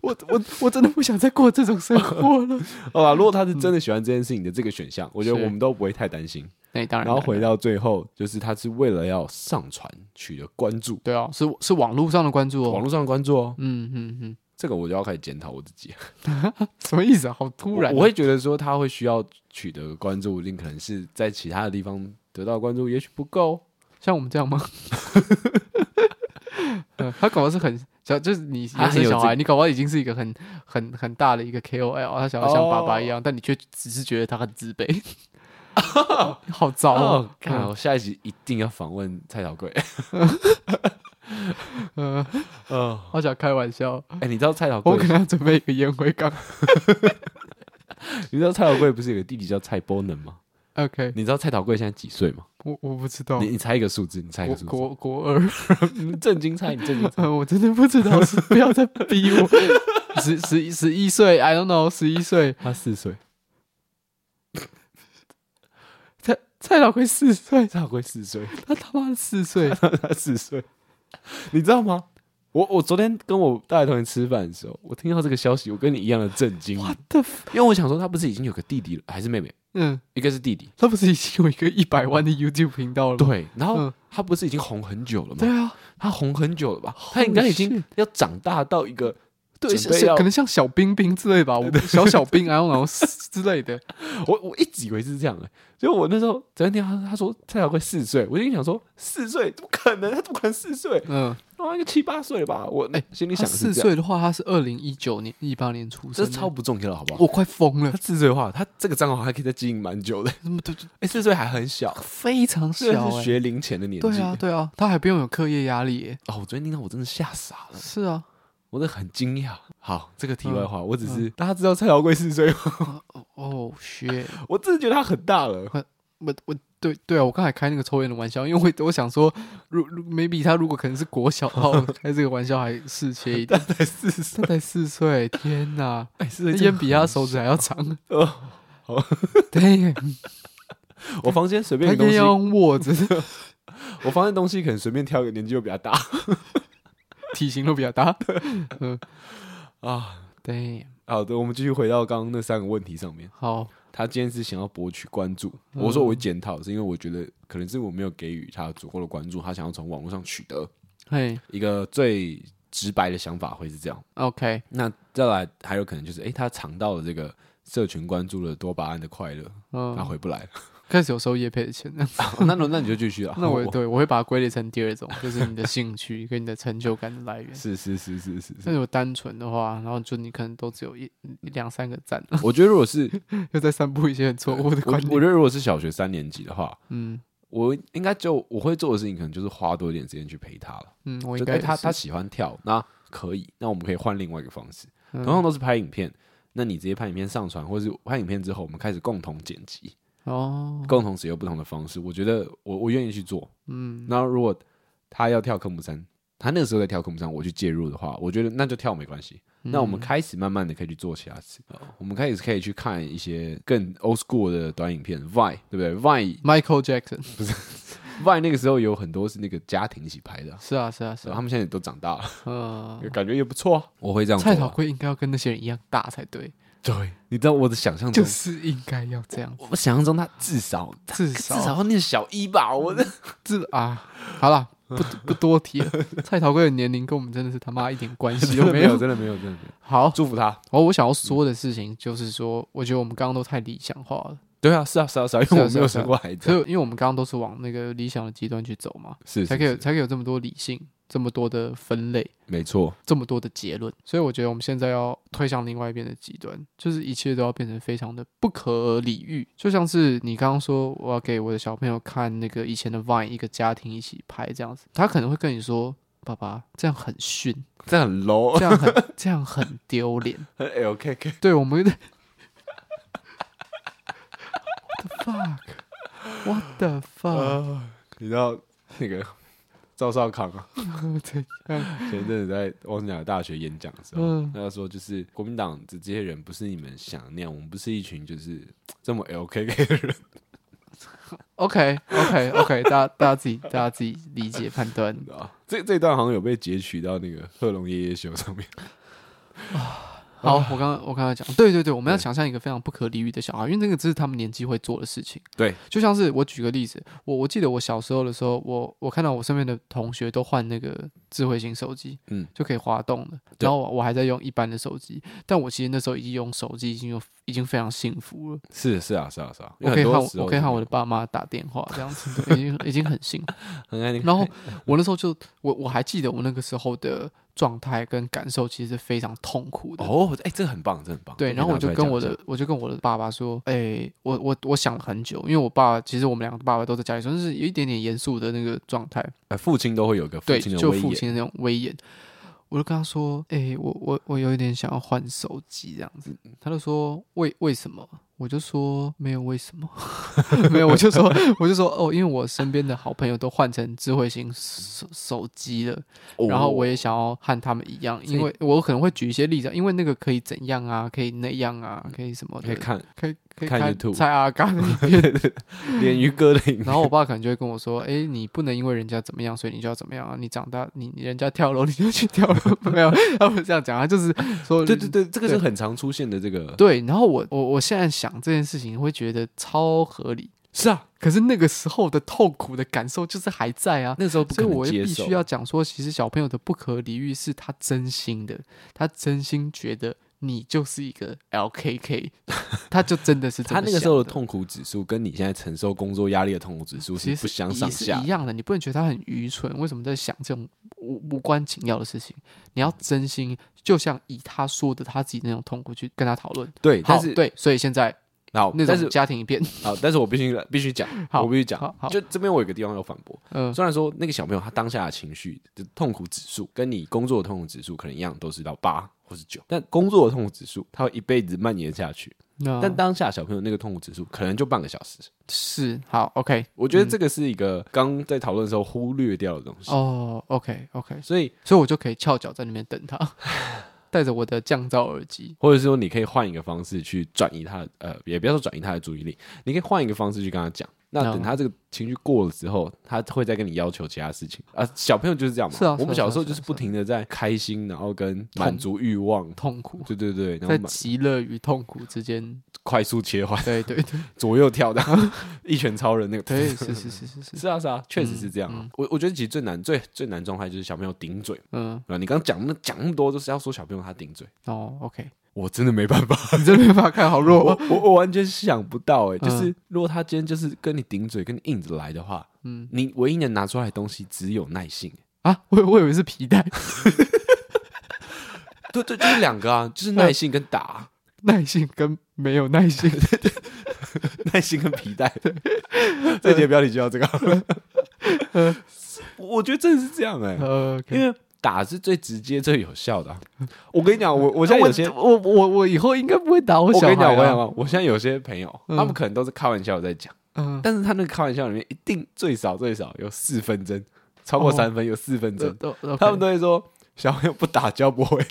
Speaker 2: 我我我真的不想再过这种生活 了。
Speaker 1: 好吧，如果他是真的喜欢这件事情的这个选项，我觉得
Speaker 2: 嗯是
Speaker 1: 我们都不会太担心。
Speaker 2: 那你当然。
Speaker 1: 然后回到最后，就是他是为了要上传取得关注，
Speaker 2: 对啊，是是网络上的关注
Speaker 1: 网
Speaker 2: 哦。
Speaker 1: 络上的关注哦。
Speaker 2: 嗯嗯嗯，
Speaker 1: 这个我就要开始检讨我自己。
Speaker 2: 什么意思啊？好突然啊。
Speaker 1: 我，我会觉得说他会需要取得关注，一定可能是在其他的地方得到关注，也许不够。
Speaker 2: 像我们这样吗？ 呃他搞的是很小，就是你
Speaker 1: 他
Speaker 2: 原
Speaker 1: 很
Speaker 2: 生
Speaker 1: 有
Speaker 2: 小
Speaker 1: 自
Speaker 2: 孩，你搞不好已经是一个很很很大的一个 KOL，他想要像爸爸一样，但你却只是觉得他很自 卑，好糟哦！
Speaker 1: 哦，看我下一集一定要访问蔡小贵。
Speaker 2: 呃，
Speaker 1: 嗯，
Speaker 2: 好想开玩笑，哦
Speaker 1: 哎，你知道蔡小
Speaker 2: 我
Speaker 1: 贵
Speaker 2: 们可？能要准备一个烟灰缸。
Speaker 1: 你知道蔡小贵不是有个弟弟叫蔡波能吗？
Speaker 2: OK，
Speaker 1: 你知道蔡小贵现在几岁吗？
Speaker 2: 我我不知道
Speaker 1: 你，你猜一个数字，你猜一
Speaker 2: 国
Speaker 1: 个数字。
Speaker 2: 国国二，
Speaker 1: 你震惊猜，你震惊猜。
Speaker 2: 呃我真的不知道，是不要再逼我， 十十十一岁，I don't know，十一岁，
Speaker 1: 他四岁，
Speaker 2: 蔡蔡老贵四岁，
Speaker 1: 蔡小贵四岁。
Speaker 2: 他他妈的四 岁，
Speaker 1: 他四岁，你知道吗？我我昨天跟我大学同学吃饭的时候，我听到这个消息，我跟你一样的震惊，
Speaker 2: 我的，
Speaker 1: 因为我想说他不是已经有个弟弟了，还是妹妹？
Speaker 2: 嗯。
Speaker 1: 一个是弟弟，
Speaker 2: 他不是已经有一个一百万的 YouTube 频道了 吗？
Speaker 1: 对，然后
Speaker 2: 嗯
Speaker 1: 他不是已经红很久了
Speaker 2: 对
Speaker 1: 吗？
Speaker 2: 啊，
Speaker 1: 他红很久了吧？
Speaker 2: Holy
Speaker 1: 他应该已经
Speaker 2: shit
Speaker 1: 要长大到一个
Speaker 2: 对，
Speaker 1: 准
Speaker 2: 是
Speaker 1: 备
Speaker 2: 是
Speaker 1: 要
Speaker 2: 可能像小冰冰之类吧，我小小冰，啊然后然后之类 的，
Speaker 1: 我我一直以为是这样的、所以我那时候昨天听他他说蔡小贵四岁，我就想说四岁怎么可能？他怎么可能四岁？
Speaker 2: 嗯，
Speaker 1: 然后一个七八岁了吧？我哎、心里
Speaker 2: 他
Speaker 1: 想的是
Speaker 2: 四
Speaker 1: 这样，
Speaker 2: 岁的话，他是二零一九年、一八年出
Speaker 1: 这
Speaker 2: 生的，
Speaker 1: 超不重要了，好不好？
Speaker 2: 我快疯了
Speaker 1: 他，四岁的话，他这个账号还可以再经营蛮久的。
Speaker 2: 那么对对，
Speaker 1: 哎、四岁还很小，
Speaker 2: 非常
Speaker 1: 虽
Speaker 2: 小
Speaker 1: 然是
Speaker 2: 哎、
Speaker 1: 学龄前的年纪。
Speaker 2: 对啊对啊，他还不用有课业压力、耶。
Speaker 1: 哦，我昨天听到我真的吓傻了，
Speaker 2: 是啊，
Speaker 1: 我真的很惊讶。好，这个题
Speaker 2: 嗯
Speaker 1: 外话，我只是、大家知道蔡小贵四岁吗？
Speaker 2: 哦学，
Speaker 1: 我真的觉得他很大了。
Speaker 2: 我我。对对啊，我刚才开那个抽烟的玩笑，因为我我想说，如如 maybe 他如果可能是国小的 话，我开这个玩笑还适切一点。
Speaker 1: 他才四岁，
Speaker 2: 他 才四岁，天哪！
Speaker 1: 哎、四岁
Speaker 2: 那
Speaker 1: 真
Speaker 2: 烟
Speaker 1: 的
Speaker 2: 比他手指还要长。
Speaker 1: 哦好
Speaker 2: 对，
Speaker 1: 我房间随便
Speaker 2: 他
Speaker 1: 一个东
Speaker 2: 烟
Speaker 1: 西，
Speaker 2: 要用握着，
Speaker 1: 我房间东西可能随便挑一个年纪又比较大。
Speaker 2: 体型都比较大。嗯，
Speaker 1: 啊。
Speaker 2: 对，
Speaker 1: 好的，我们继续回到刚刚那三个问题上面。
Speaker 2: 好，
Speaker 1: 他今天是想要博取关注，
Speaker 2: 嗯
Speaker 1: 我说我会检讨，是因为我觉得可能是我没有给予他足够的关注，他想要从网络上取得
Speaker 2: 嘿
Speaker 1: 一个最直白的想法会是这样。
Speaker 2: ，OK，
Speaker 1: 那再来还有可能就是，诶，他尝到了这个社群关注了多巴胺的快乐，他
Speaker 2: 嗯，
Speaker 1: 回不来 了。
Speaker 2: 开始有收叶配的钱，
Speaker 1: 那那那你就继续啊。
Speaker 2: 那我对我会把它归类成第二种，就是你的兴趣跟你的成就感的来源。
Speaker 1: 是是是是是
Speaker 2: 那
Speaker 1: 是，
Speaker 2: 如果单纯的话，然后就你可能都只有一一两三个赞，
Speaker 1: 我觉得如果 是
Speaker 2: 又在散布一些很错误的
Speaker 1: 我
Speaker 2: 观
Speaker 1: 我
Speaker 2: 点。
Speaker 1: 觉得如果是小学三年级的话，
Speaker 2: 嗯
Speaker 1: 我应该就我会做的事情，可能就是花多一点时间去陪他了。
Speaker 2: 嗯，我应
Speaker 1: 就
Speaker 2: 该
Speaker 1: 哎，他
Speaker 2: 也是
Speaker 1: 他喜欢跳，那可以，那我们可以换另外一个方式，
Speaker 2: 嗯
Speaker 1: 同样都是拍影片。那你直接拍影片上传，或是拍影片之后，我们开始共同剪辑，
Speaker 2: 哦，
Speaker 1: 共同使用不同的方式。我觉得我我愿意去做。
Speaker 2: 嗯
Speaker 1: 那如果他要跳科目三，他那个时候在跳科目三，我去介入的话，我觉得那就跳没关系。那
Speaker 2: 嗯
Speaker 1: 我们开始慢慢的可以去做其他事，我们开始可以去看一些更 old school 的短影片，Vine 对不对？Vine
Speaker 2: Michael Jackson
Speaker 1: Vine 那个时候有很多是那个家庭一起拍的啊，
Speaker 2: 是啊是啊是
Speaker 1: 然后
Speaker 2: 啊，
Speaker 1: 他们现在也都长大了，
Speaker 2: 嗯，
Speaker 1: 感觉也不错啊。我会这样做
Speaker 2: 蔡桃
Speaker 1: 啊。
Speaker 2: 贵应该要跟那些人一样大才对，
Speaker 1: 对，你知道我的想象中
Speaker 2: 就，是应该要这样，
Speaker 1: 我想象中他至少
Speaker 2: 至
Speaker 1: 至
Speaker 2: 少
Speaker 1: 少要念小一 吧，我的
Speaker 2: 这啊，好了，不 不多提了。蔡桃贵的年龄跟我们真的是他妈一点关系都没有。
Speaker 1: 真的没有，真的没有。
Speaker 2: 好，哦
Speaker 1: 祝福他。
Speaker 2: 我我想要说的事情就是说，我觉得我们刚刚都太理想化了，
Speaker 1: 对啊，是啊，是啊，是啊，因
Speaker 2: 是啊
Speaker 1: 为我没有生过孩
Speaker 2: 所
Speaker 1: 子
Speaker 2: 以
Speaker 1: 啊，
Speaker 2: 因为我们刚刚都是往那个理想的极端去走嘛，
Speaker 1: 是
Speaker 2: 才
Speaker 1: 是
Speaker 2: 可以
Speaker 1: 是，
Speaker 2: 才可以有这么多理性，这么多的分类，
Speaker 1: 没错，
Speaker 2: 这么多的结论。所以我觉得我们现在要推向另外一边的极端，就是一切都要变成非常的不可理喻。就像是你刚刚说，我要给我的小朋友看那个以前的 Vine，一个家庭一起拍这样子，他可能会跟你说：“爸爸，这样很逊。”
Speaker 1: 这样很 low，
Speaker 2: 这样很这样很丢脸。
Speaker 1: 很 LKK。
Speaker 2: 对我们 ，What the fuck？What the fuck？
Speaker 1: 啊，你知道那个赵少康 啊，
Speaker 2: 怎样？
Speaker 1: 前一阵子在汪洋大学演讲的时候，
Speaker 2: 嗯
Speaker 1: 他说就是国民党这这些人不是你们想的那样，我们不是一群就是这么 LKK 的人。
Speaker 2: ？OK OK OK，大家大家自己大家自己理解判断。
Speaker 1: 啊，这这段好像有被截取到那个贺龙夜夜秀上面。
Speaker 2: 好，
Speaker 1: 嗯
Speaker 2: 我刚刚我刚才讲，对对对，我们要想象一个非常不可理喻的小孩，因为那个只是他们年纪会做的事情。
Speaker 1: 对，
Speaker 2: 就像是我举个例子，我我记得我小时候的时候，我我看到我身边的同学都换那个智慧型手机，
Speaker 1: 嗯，
Speaker 2: 就可以滑动的，
Speaker 1: 对
Speaker 2: 然后我我还在用一般的手机，但我其实那时候已经用手机已经有已经非常幸福了，
Speaker 1: 是是啊是啊是啊，
Speaker 2: 我可以
Speaker 1: 因为很
Speaker 2: 和我
Speaker 1: 多时候
Speaker 2: 我可以和我的爸妈打电话这样子，对已经已经很幸福。
Speaker 1: 很爱那个
Speaker 2: 然后我那时候就我我还记得我那个时候的状态跟感受其实是非常痛苦的。
Speaker 1: 哦，哎、这很棒，这很棒。
Speaker 2: 对，
Speaker 1: 这可以
Speaker 2: 然后我
Speaker 1: 拿出
Speaker 2: 就
Speaker 1: 来
Speaker 2: 跟
Speaker 1: 讲
Speaker 2: 我
Speaker 1: 一下
Speaker 2: 的，我就跟我的爸爸说，哎、我我我想了很久，因为我爸其实我们两个爸爸都在家里，算是有一点点严肃的那个状态，
Speaker 1: 哎父亲都会有一个父
Speaker 2: 对，
Speaker 1: 亲的
Speaker 2: 就
Speaker 1: 威
Speaker 2: 父
Speaker 1: 严，
Speaker 2: 亲的那种威严。我就跟他说，哎、我我我有一点想要换手机这样子，
Speaker 1: 嗯
Speaker 2: 他就说为为什么？我就说没有为什么， 没有，我就说我就说哦，因为我身边的好朋友都换成智慧型手手机了，
Speaker 1: 哦
Speaker 2: 然后我也想要和他们一样，
Speaker 1: 所
Speaker 2: 因
Speaker 1: 以
Speaker 2: 为我可能会举一些例子，啊因为那个可以怎样啊，可以那样啊，可以什么
Speaker 1: 嗯可以
Speaker 2: 的，
Speaker 1: 看
Speaker 2: 可以可以
Speaker 1: 看
Speaker 2: 看
Speaker 1: YouTube
Speaker 2: 蔡阿刚 的影片
Speaker 1: 连鱼哥的影片
Speaker 2: 然后我爸可能就会跟我说：“哎、你不能因为人家怎么样，所以你就要怎么样啊！你长大，你你人家跳楼，你就去跳楼，没有，他不是这样讲，他啊就是说，
Speaker 1: 对对对，这个是
Speaker 2: 对
Speaker 1: 很常出现的这个，
Speaker 2: 对。然后我我我现在想这件事情，会觉得超合理，
Speaker 1: 是啊，
Speaker 2: 可是那个时候的痛苦的感受就是还在啊。
Speaker 1: 那时候不
Speaker 2: 所
Speaker 1: 可
Speaker 2: 以，
Speaker 1: 能
Speaker 2: 我也
Speaker 1: 接
Speaker 2: 必
Speaker 1: 受
Speaker 2: 须要讲说，其实小朋友的不可理喻是他真心的，他真心觉得你就是一个 LKK，他就真的是这
Speaker 1: 他
Speaker 2: 么
Speaker 1: 那个时候
Speaker 2: 想
Speaker 1: 的痛苦指数，跟你现在承受工作压力的痛苦指数
Speaker 2: 其
Speaker 1: 是
Speaker 2: 实
Speaker 1: 不相上
Speaker 2: 是
Speaker 1: 下
Speaker 2: 一。样的。你不能觉得他很愚蠢，为什么在想这种无无关紧要的事情？你要真心，就像以他说的他自己那种痛苦去跟他讨论。
Speaker 1: 对，但
Speaker 2: 好，
Speaker 1: 是
Speaker 2: 对，所以现在
Speaker 1: 好，
Speaker 2: 那
Speaker 1: 但是
Speaker 2: 种家庭影片，
Speaker 1: 好，但是我必须必须讲，
Speaker 2: 好
Speaker 1: 我必须讲
Speaker 2: 好好，
Speaker 1: 就这边我有个地方要反驳。
Speaker 2: 嗯、
Speaker 1: 虽然说那个小朋友他当下的情绪的痛苦指数跟你工作的痛苦指数可能一样，都是到八或是九，但工作的痛苦指数他会一辈子蔓延下去。
Speaker 2: 那
Speaker 1: 但当下小朋友那个痛苦指数可能就半个小时。
Speaker 2: 是好，OK，
Speaker 1: 我觉得这个是一个刚在讨论的时候忽略掉的东西，
Speaker 2: 嗯哦，OK，OK，
Speaker 1: 所以
Speaker 2: 所以我就可以翘脚在那边等他， 戴着我的降噪耳机。
Speaker 1: 或者是说你可以换一个方式去转移他的，呃，也不要说转移他的注意力，你可以换一个方式去跟他讲。那
Speaker 2: 嗯
Speaker 1: 等他这个情绪过了之后，他会再跟你要求其他事情啊。小朋友就是这样嘛。
Speaker 2: 是啊
Speaker 1: 我们
Speaker 2: 是
Speaker 1: 小
Speaker 2: 啊
Speaker 1: 时候
Speaker 2: 是啊
Speaker 1: 就是
Speaker 2: 啊
Speaker 1: 不停的在开心，然后跟满足欲望，
Speaker 2: 痛苦，
Speaker 1: 对对对，然后
Speaker 2: 在
Speaker 1: 满
Speaker 2: 极乐与痛苦之间，
Speaker 1: 快速切换，
Speaker 2: 对对对
Speaker 1: 左右跳的， 一拳超人那个。
Speaker 2: 对， 是是是是是，
Speaker 1: 是啊是啊，确实是这样啊。
Speaker 2: 嗯嗯
Speaker 1: 我我觉得其实最难最最难状态就是小朋友顶嘴
Speaker 2: 嗯，
Speaker 1: 啊。你刚讲那讲那么多，就是要说小朋友他顶嘴，
Speaker 2: 哦，OK，
Speaker 1: 我真的没办法。
Speaker 2: 你真没办法看，好弱
Speaker 1: 我
Speaker 2: 哦，
Speaker 1: 我我完全想不到哎、
Speaker 2: 嗯
Speaker 1: 就是如果他今天就是跟你顶嘴，跟你硬着来的话，
Speaker 2: 嗯
Speaker 1: 你唯一能拿出来的东西只有耐性、欸
Speaker 2: 啊，我我以为是皮带，
Speaker 1: 对对，就是两个啊，就是耐性跟打啊，
Speaker 2: 耐性跟没有耐 性，嗯
Speaker 1: 耐性跟皮带。这节标题就要这个好了。
Speaker 2: 嗯
Speaker 1: 我觉得真的是这样哎、
Speaker 2: 呃，OK，
Speaker 1: 因为打是最直接、最有效的啊、我跟你讲，我我现在有些，
Speaker 2: 我我我我以后应该不会哎打我
Speaker 1: 我
Speaker 2: 小
Speaker 1: 跟
Speaker 2: 孩啊
Speaker 1: 你讲，我跟
Speaker 2: 了
Speaker 1: 你讲，我现在有些朋友，
Speaker 2: 嗯
Speaker 1: 他们可能都是开玩笑在讲，
Speaker 2: 嗯，
Speaker 1: 但是他那个开玩笑里面一定最少最少有四分针，超过
Speaker 2: 哦
Speaker 1: 三分有四分针。
Speaker 2: 呃都都
Speaker 1: 他们都会说小朋友不打交不会，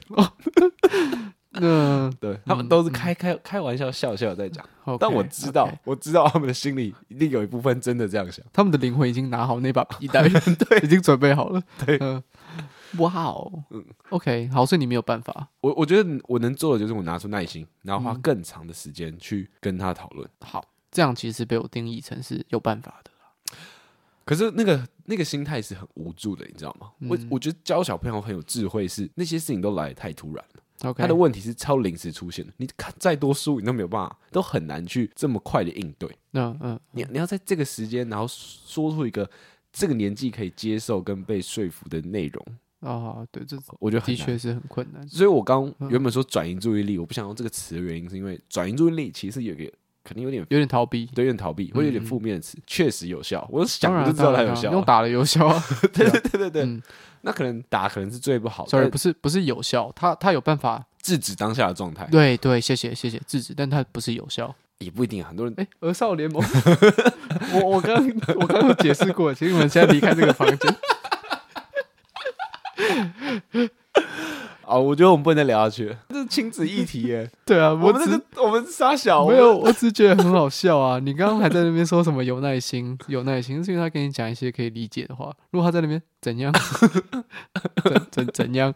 Speaker 2: 嗯，
Speaker 1: 对 他们都是开开开玩笑笑笑在讲，
Speaker 2: OK，
Speaker 1: 但我知道
Speaker 2: OK
Speaker 1: 我知道他们的心里一定有一部分真的这样 想，
Speaker 2: 他们的灵魂已经拿好那把皮带，对，已经准备好了，
Speaker 1: 对嗯
Speaker 2: 嗯，哇哦，OK，好，所以你没有办法，
Speaker 1: 我我觉得我能做的就是我拿出耐心，然后花
Speaker 2: 嗯
Speaker 1: 更长的时间去跟他讨论。
Speaker 2: 好，这样其实被我定义成是有办法的，
Speaker 1: 可是那个那个心态是很无助的，你知道吗？我
Speaker 2: 嗯
Speaker 1: 我觉得教小朋友很有智慧是，那些事情都来得太突然了，
Speaker 2: OK，
Speaker 1: 他的问题是超临时出现的，你看再多书你都没有办法，都很难去这么快的应对。
Speaker 2: 嗯嗯
Speaker 1: 你你要在这个时间，然后说出一个这个年纪可以接受跟被说服的内容，
Speaker 2: 哦，对，这
Speaker 1: 我觉得很难
Speaker 2: 的确。嗯是很困难。
Speaker 1: 所以我刚原本说转移注意力，我不想用这个词的原因，是因为转移注意力其实有一个肯定有点
Speaker 2: 有点逃避，
Speaker 1: 对，有点逃避，会有点
Speaker 2: 嗯
Speaker 1: 负面的词，确实有效。我想
Speaker 2: 当然
Speaker 1: 就知道
Speaker 2: 当
Speaker 1: 它有
Speaker 2: 然当然
Speaker 1: 效
Speaker 2: 用
Speaker 1: 啊。
Speaker 2: 打的有效啊。
Speaker 1: 对对对对 对，
Speaker 2: 嗯
Speaker 1: 那可能打可能是最不好，
Speaker 2: ，sorry，
Speaker 1: 的，
Speaker 2: 不是不是有效，他他有办法，
Speaker 1: 制止当下的状态
Speaker 2: 对对，谢谢谢谢制止，但他不是有效。
Speaker 1: 也不一定。啊很多人
Speaker 2: 哎，儿少联盟， 我我刚我刚有解释过，其实我们现在离开这个房 间，
Speaker 1: 啊，我觉得我们不能再聊下去了，这是亲子议题耶。
Speaker 2: 对啊，
Speaker 1: 我
Speaker 2: 我
Speaker 1: 们
Speaker 2: 只
Speaker 1: 这个我们傻小，我
Speaker 2: 没有，
Speaker 1: 们
Speaker 2: 我只是觉得很好笑啊！ 你刚刚还在那边说什么有耐心，有耐心，是因为他跟你讲一些可以理解的话。如果他在那边怎样， 怎怎怎样，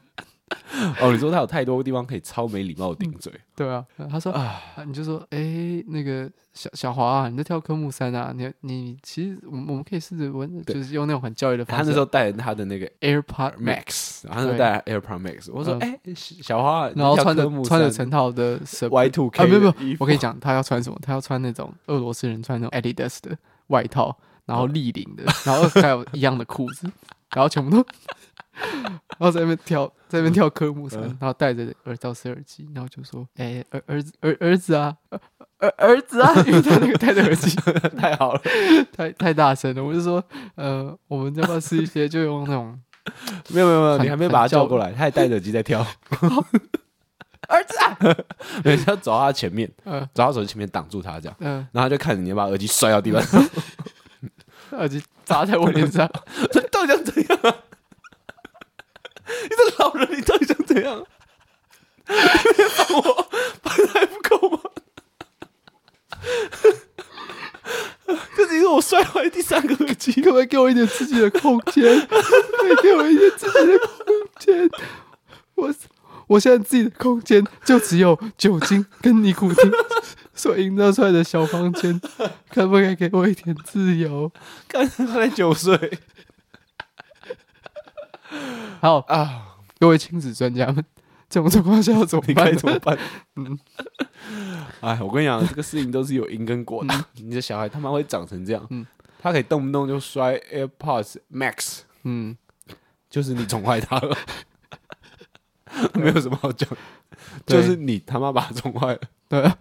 Speaker 1: 哦，你说他有太多地方可以超没礼貌的顶嘴。
Speaker 2: 对啊，他说啊，你就说，哎、那个小小华啊，你在跳科目三啊，你你其实我们我们可以试着问，
Speaker 1: 对
Speaker 2: 就是用那种很教育的
Speaker 1: 他那
Speaker 2: 方式
Speaker 1: 时候带着他的那个
Speaker 2: ，AirPod Max，
Speaker 1: Max，然后他就带着 AirPod Max，我说
Speaker 2: 嗯
Speaker 1: 哎、小花，
Speaker 2: 然后穿着
Speaker 1: 你跳科目
Speaker 2: 穿着
Speaker 1: 三
Speaker 2: 成套的 s
Speaker 1: Y Two K，
Speaker 2: 啊，没有没有
Speaker 1: 的衣，服
Speaker 2: 我跟你讲，他要穿什么？他要穿那种呃俄罗斯人穿那种 Adidas 的外套，然后立 领的，然后还有一样的裤子，然后全部都，然后在那边跳，在那边跳科目三，
Speaker 1: 嗯
Speaker 2: 然后戴着耳罩式耳机，然后就说：“哎、儿儿子儿儿子啊，儿儿儿 子啊！”因为他那个戴着耳机
Speaker 1: 太好了，
Speaker 2: 太太大声了，我就说：“呃，我们要不要试一些？就用那种
Speaker 1: 没有没有没有，
Speaker 2: 很
Speaker 1: 你还没把他叫过来，他还戴着耳机在跳，
Speaker 2: 儿子 啊，
Speaker 1: 人家走到他前面，
Speaker 2: 呃
Speaker 1: 走到手机前面挡住他这样，
Speaker 2: 呃，
Speaker 1: 然后他就看着你把耳机摔到地板，
Speaker 2: 耳机砸在我脸上。”
Speaker 1: 到底想怎样啊？你这老人，你到底想怎样啊？你把我把还不够吗？这只是我摔坏第三个耳机。
Speaker 2: 你可不可以给我一点自己的空间？可以给我一点自己的空间？我我现在自己的空间就只有酒精跟尼古丁所营造出来的小房间，可不可以给我一点自由？
Speaker 1: 看他才九岁
Speaker 2: 好，
Speaker 1: 啊，
Speaker 2: 各位亲子专家们，这种情况下要怎么
Speaker 1: 你
Speaker 2: 办
Speaker 1: 该
Speaker 2: 呢？
Speaker 1: 怎么办？嗯， 哎，我跟你讲，这个事情都是有因跟果的。 你的小孩他妈会长成这样，
Speaker 2: 嗯
Speaker 1: 他可以动不动就摔 AirPods Max，
Speaker 2: 嗯，
Speaker 1: 就是你宠坏 他了。没有什么好讲，
Speaker 2: 对
Speaker 1: 就是你他妈把他宠坏了。
Speaker 2: 对啊。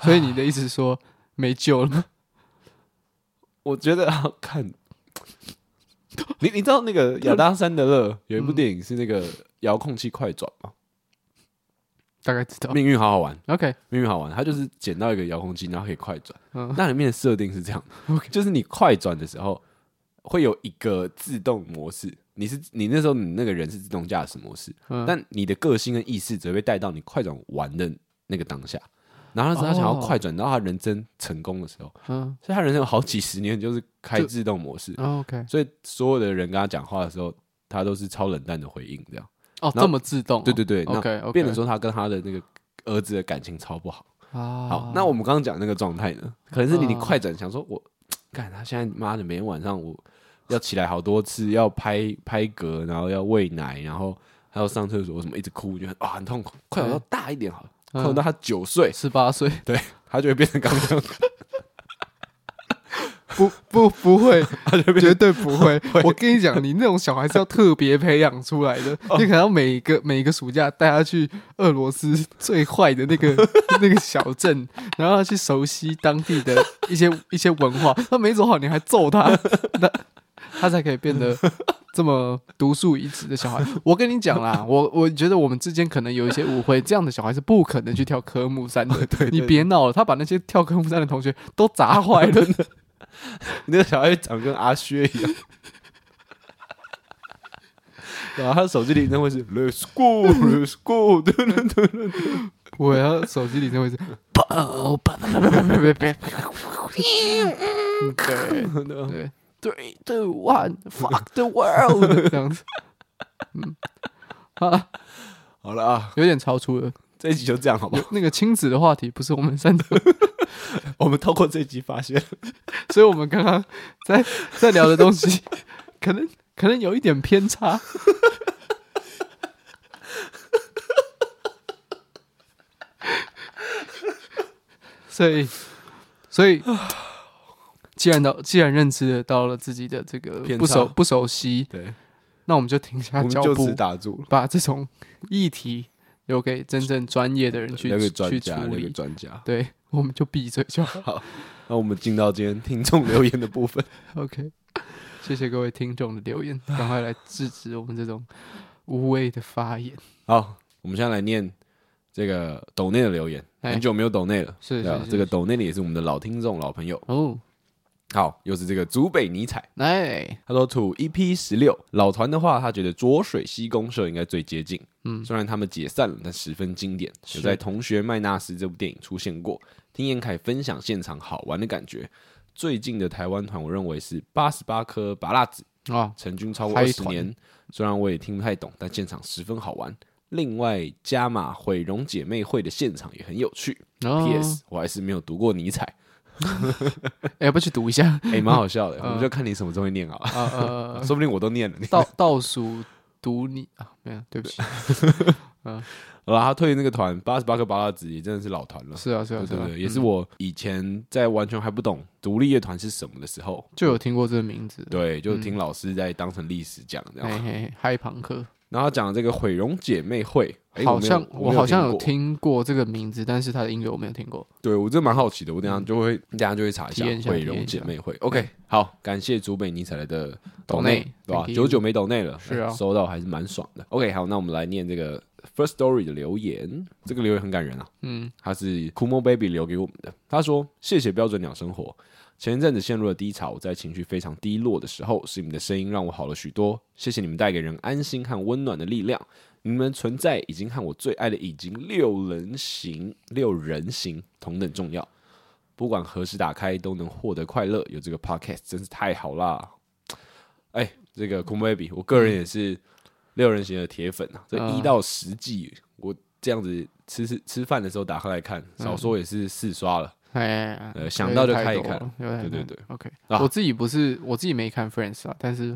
Speaker 2: 所以你的意思是说没救了吗？
Speaker 1: 我觉得要看，你你知道那个亚当·山德勒有一
Speaker 2: 嗯
Speaker 1: 部电影是那个遥控器快转吗？
Speaker 2: 大概知道。
Speaker 1: 命运好好玩，
Speaker 2: OK，
Speaker 1: 命运好玩，他就是捡到一个遥控器，然后可以快转。
Speaker 2: 嗯
Speaker 1: 那里面的设定是这样
Speaker 2: OK
Speaker 1: 就是你快转的时候会有一个自动模式，你是你那时候你那个人是自动驾驶模式，
Speaker 2: 嗯，
Speaker 1: 但你的个性跟意识只会被带到你快转完的那个当下，然后那时候他想要
Speaker 2: 哦
Speaker 1: 快转到他人生成功的时候，
Speaker 2: 嗯
Speaker 1: 所以他人生有好几十年就是开
Speaker 2: 就
Speaker 1: 自动模式，
Speaker 2: 哦，OK，
Speaker 1: 所以所有的人跟他讲话的时候，他都是超冷淡的回应，这样。
Speaker 2: 哦，
Speaker 1: 后
Speaker 2: 这么自动哦、
Speaker 1: 对对对，那
Speaker 2: ，OK，
Speaker 1: 变得说他跟他的那个儿子的感情超不好。
Speaker 2: 啊，
Speaker 1: 好，那我们刚刚讲那个状态呢，可能是你你
Speaker 2: 啊
Speaker 1: 快转想说我，看他现在妈的每天晚上我要起来好多次，要拍拍嗝，然后要喂奶，然后还要上厕所什么，一直哭，就很啊、很痛苦。快转到大一点好了，快转到他九岁，
Speaker 2: 嗯十八岁，
Speaker 1: 他就会变成刚刚，
Speaker 2: 不不不会，
Speaker 1: 他就会变成
Speaker 2: 绝对不会。我跟你讲，你那种小孩是要特别培养出来的，你可能要每个每个暑假带他去俄罗斯最坏的那个 那个小镇，然后他去熟悉当地的一些一些文化。他没走好，你还揍他，那他才可以变得。这么独树一帜的小孩，我跟你讲啦，我我觉得我们之间可能有一些误会，这样的小孩是不可能去跳科目三的。你别闹了，他把那些跳科目三的同学都砸坏了。
Speaker 1: 那个小孩长得跟阿薛一样。然后他的手机铃声会是 Let's go，Let's go，对对对，
Speaker 2: 我要手机里那位置，砰砰砰砰砰砰砰，对对，three two one，fuck the world，这样子，嗯，啊，
Speaker 1: 好了啊，
Speaker 2: 有点超出了。
Speaker 1: 这一集就这样好吧
Speaker 2: 有？那个亲子的话题不是我们三个，
Speaker 1: 我们透过这一集发现，
Speaker 2: 所以我们刚刚在在聊的东西，可能可能有一点偏差。所以，所以，既然到既然认知得到了自己的这个
Speaker 1: 偏
Speaker 2: 不熟
Speaker 1: 差
Speaker 2: 不熟悉，
Speaker 1: 对，
Speaker 2: 那我们就停下
Speaker 1: 我们
Speaker 2: 脚
Speaker 1: 就
Speaker 2: 步
Speaker 1: 此，打住了，
Speaker 2: 把这种议题留给真正专业的人去
Speaker 1: 留给专
Speaker 2: 去
Speaker 1: 家，
Speaker 2: 处
Speaker 1: 留给
Speaker 2: 理。
Speaker 1: 专家。
Speaker 2: 对，我们就闭嘴就好。
Speaker 1: 那我们进到今天听众留言的部分，
Speaker 2: OK，谢谢各位听众的留言，赶快来制止我们这种无谓的发言。
Speaker 1: 好，我们现在来念这个抖内的留言，
Speaker 2: 哎
Speaker 1: 很久没有抖内了，
Speaker 2: 是
Speaker 1: 对啊
Speaker 2: 是是
Speaker 1: 这个抖内的也是我们的老听众、老朋友。
Speaker 2: 哦，
Speaker 1: 好，又是这个竹北尼采。
Speaker 2: 哎，
Speaker 1: 他说土 EP E 十六老团的话，他觉得浊水溪公社应该最接近。嗯，虽然他们解散了，但十分经典，
Speaker 2: 是
Speaker 1: 有在《同学麦纳斯》这部电影出现过。听严凯分享现场好玩的感觉。最近的台湾团，我认为是八十八颗拔辣子，
Speaker 2: 哦，
Speaker 1: 成军超过
Speaker 2: 嗨
Speaker 1: 二十
Speaker 2: 团
Speaker 1: 年。虽然我也听不太懂，但现场十分好玩。另外，加码毁容姐妹会的现场也很有趣。
Speaker 2: 哦
Speaker 1: P.S. 我还是没有读过尼采，
Speaker 2: 哎，要不要去读 一下？
Speaker 1: 哎、蛮好
Speaker 2: 嗯
Speaker 1: 笑的。我们就看你什么时候会念好了，
Speaker 2: 啊呃，
Speaker 1: 说不定我都念了。你
Speaker 2: 倒倒数读你啊，没有，对不起，
Speaker 1: 好啦，他退那个团八十八个巴拉子也真的是老团了，
Speaker 2: 是啊是啊
Speaker 1: 对
Speaker 2: 是啊
Speaker 1: 对，对，也是我以前在完全还不懂独立乐团是什么的时候，
Speaker 2: 就有听过这个名字，
Speaker 1: 对，就听老师在当成历史讲这样
Speaker 2: 嘿。嘿嘿，嗨朋克，
Speaker 1: 然后他讲的这个毁容姐妹会，哎
Speaker 2: 好像
Speaker 1: 我没有没
Speaker 2: 我好像有
Speaker 1: 过，
Speaker 2: 听过这个名字，但是他的音乐我没有听过。
Speaker 1: 对我真的蛮好奇的，我等一下就会等一下就会查一下
Speaker 2: 嗯体验一下
Speaker 1: 毁
Speaker 2: 体
Speaker 1: 容
Speaker 2: 验一下嗯
Speaker 1: 姐妹会。OK，好，感谢竹北尼采来的
Speaker 2: 抖
Speaker 1: 内
Speaker 2: 内，
Speaker 1: 对吧？
Speaker 2: thank you
Speaker 1: 久久没抖内了，
Speaker 2: 是啊
Speaker 1: 哎收到还是蛮爽的。OK，好，那我们来念这个 First Story 的留言，这个留言很感人啊。
Speaker 2: 嗯，
Speaker 1: 他是 Kumo Baby 留给我们的。他说：“谢谢标准鸟生活。前一阵子陷入了低潮，在情绪非常低落的时候，是你们的声音让我好了许多。谢谢你们带给人安心和温暖的力量。你们存在已经和我最爱的已经六人行六人行同等重要。不管何时打开，都能获得快乐。有这个 podcast 真是太好啦！哎，这个 Kumo Baby，我个人也是六人行的铁粉啊。这
Speaker 2: 嗯
Speaker 1: 一到十季，我这样子吃吃吃饭的时候打开来看，少说也是四刷了。
Speaker 2: 哎，
Speaker 1: 呃想到就开一看
Speaker 2: 对
Speaker 1: 对对对
Speaker 2: ，OK。
Speaker 1: 啊
Speaker 2: 我自己不是我自己没看 Friends 啊，但是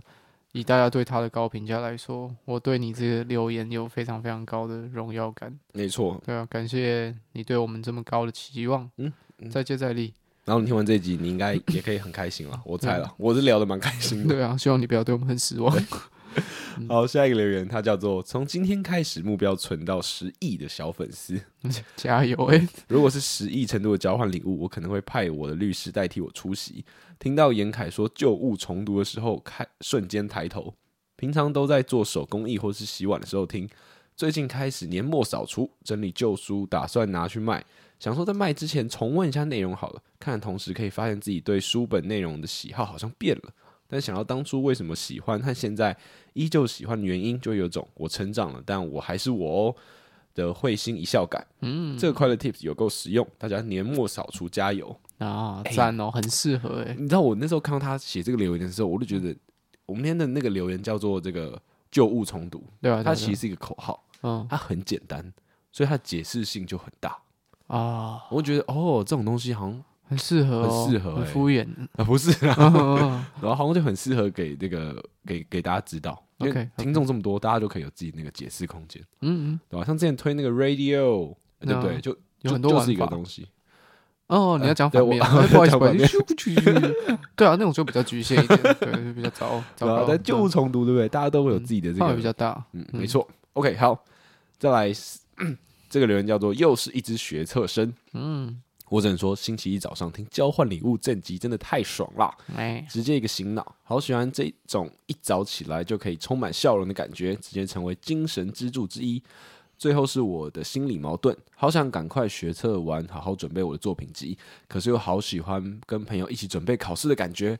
Speaker 2: 以大家对他的高评价来说，我对你这个留言有非常非常高的荣耀感。
Speaker 1: 没错。
Speaker 2: 对啊，感谢你对我们这么高的期望。
Speaker 1: 嗯
Speaker 2: 再接再厉。
Speaker 1: 然后你听完这一集，你应该也可以很开心了。我猜了，我是聊得蛮开心的。
Speaker 2: 对啊，希望你不要对我们很失望。
Speaker 1: 好，下一个留言，他叫做“从今天开始目标存到十亿的小粉丝”。
Speaker 2: 加油哎、
Speaker 1: 如果是十亿程度的交换礼物，我可能会派我的律师代替我出席。听到严凯说旧物重读的时候，开瞬间抬头。平常都在做手工艺或是洗碗的时候听，最近开始年末扫除，整理旧书，打算拿去卖。想说在卖之前重温一下内容好了，看同时可以发现自己对书本内容的喜好好像变了。但想到当初为什么喜欢和现在依旧喜欢的原因，就有种我成长了，但我还是我哦。的会心一笑感。嗯，这个快乐 tips 有够实用，大家年末扫除加油。
Speaker 2: 啊，赞哦，很适合哎、
Speaker 1: 你知道我那时候看到他写这个留言的时候，我就觉
Speaker 2: 嗯
Speaker 1: 得我们今天的那个留言叫做这个旧物重读，
Speaker 2: 对啊，
Speaker 1: 它其
Speaker 2: 实
Speaker 1: 实是一个口号，
Speaker 2: 嗯
Speaker 1: 它很简单，所以它的解释性就很大。
Speaker 2: 啊，
Speaker 1: 我觉得哦，这种东西好像
Speaker 2: 很适合、哦，
Speaker 1: 很适合
Speaker 2: 很
Speaker 1: 欸
Speaker 2: 敷衍。
Speaker 1: 啊不是啦，
Speaker 2: 嗯嗯嗯
Speaker 1: 然后好像就很适合给那个给给大家指导，因
Speaker 2: OK，
Speaker 1: 为听众这么多，大家就可以有自己那个解释空间，
Speaker 2: 嗯嗯，
Speaker 1: 对吧？像之前推那个 radio，呃对不
Speaker 2: 那
Speaker 1: 对？就
Speaker 2: 啊有
Speaker 1: 就
Speaker 2: 很多
Speaker 1: 就
Speaker 2: 玩
Speaker 1: 是一个
Speaker 2: 法
Speaker 1: 东西，嗯
Speaker 2: 哦，你要讲
Speaker 1: 对
Speaker 2: 反
Speaker 1: 我
Speaker 2: 面啊，哎不好意思，
Speaker 1: 讲
Speaker 2: 不好意思
Speaker 1: 反面
Speaker 2: 咻咻 咻对啊，那种就比较局限一点，对，就比较糟糟
Speaker 1: 对吧
Speaker 2: 糕。？
Speaker 1: 但旧物
Speaker 2: 嗯
Speaker 1: 重读，对不对？大家都会有自己的这
Speaker 2: 范围
Speaker 1: 个
Speaker 2: 比较大，
Speaker 1: 嗯，没错。OK，好，再来是这个留言叫做“又是一只学测生”。
Speaker 2: 嗯，
Speaker 1: 我只能说，星期一早上听交换礼物正集真的太爽啦，
Speaker 2: 哎，
Speaker 1: 直接一个醒脑，好喜欢这种一早起来就可以充满笑容的感觉，直接成为精神支柱之一。最后是我的心理矛盾，好想赶快学测完，好好准备我的作品集，可是又好喜欢跟朋友一起准备考试的感觉。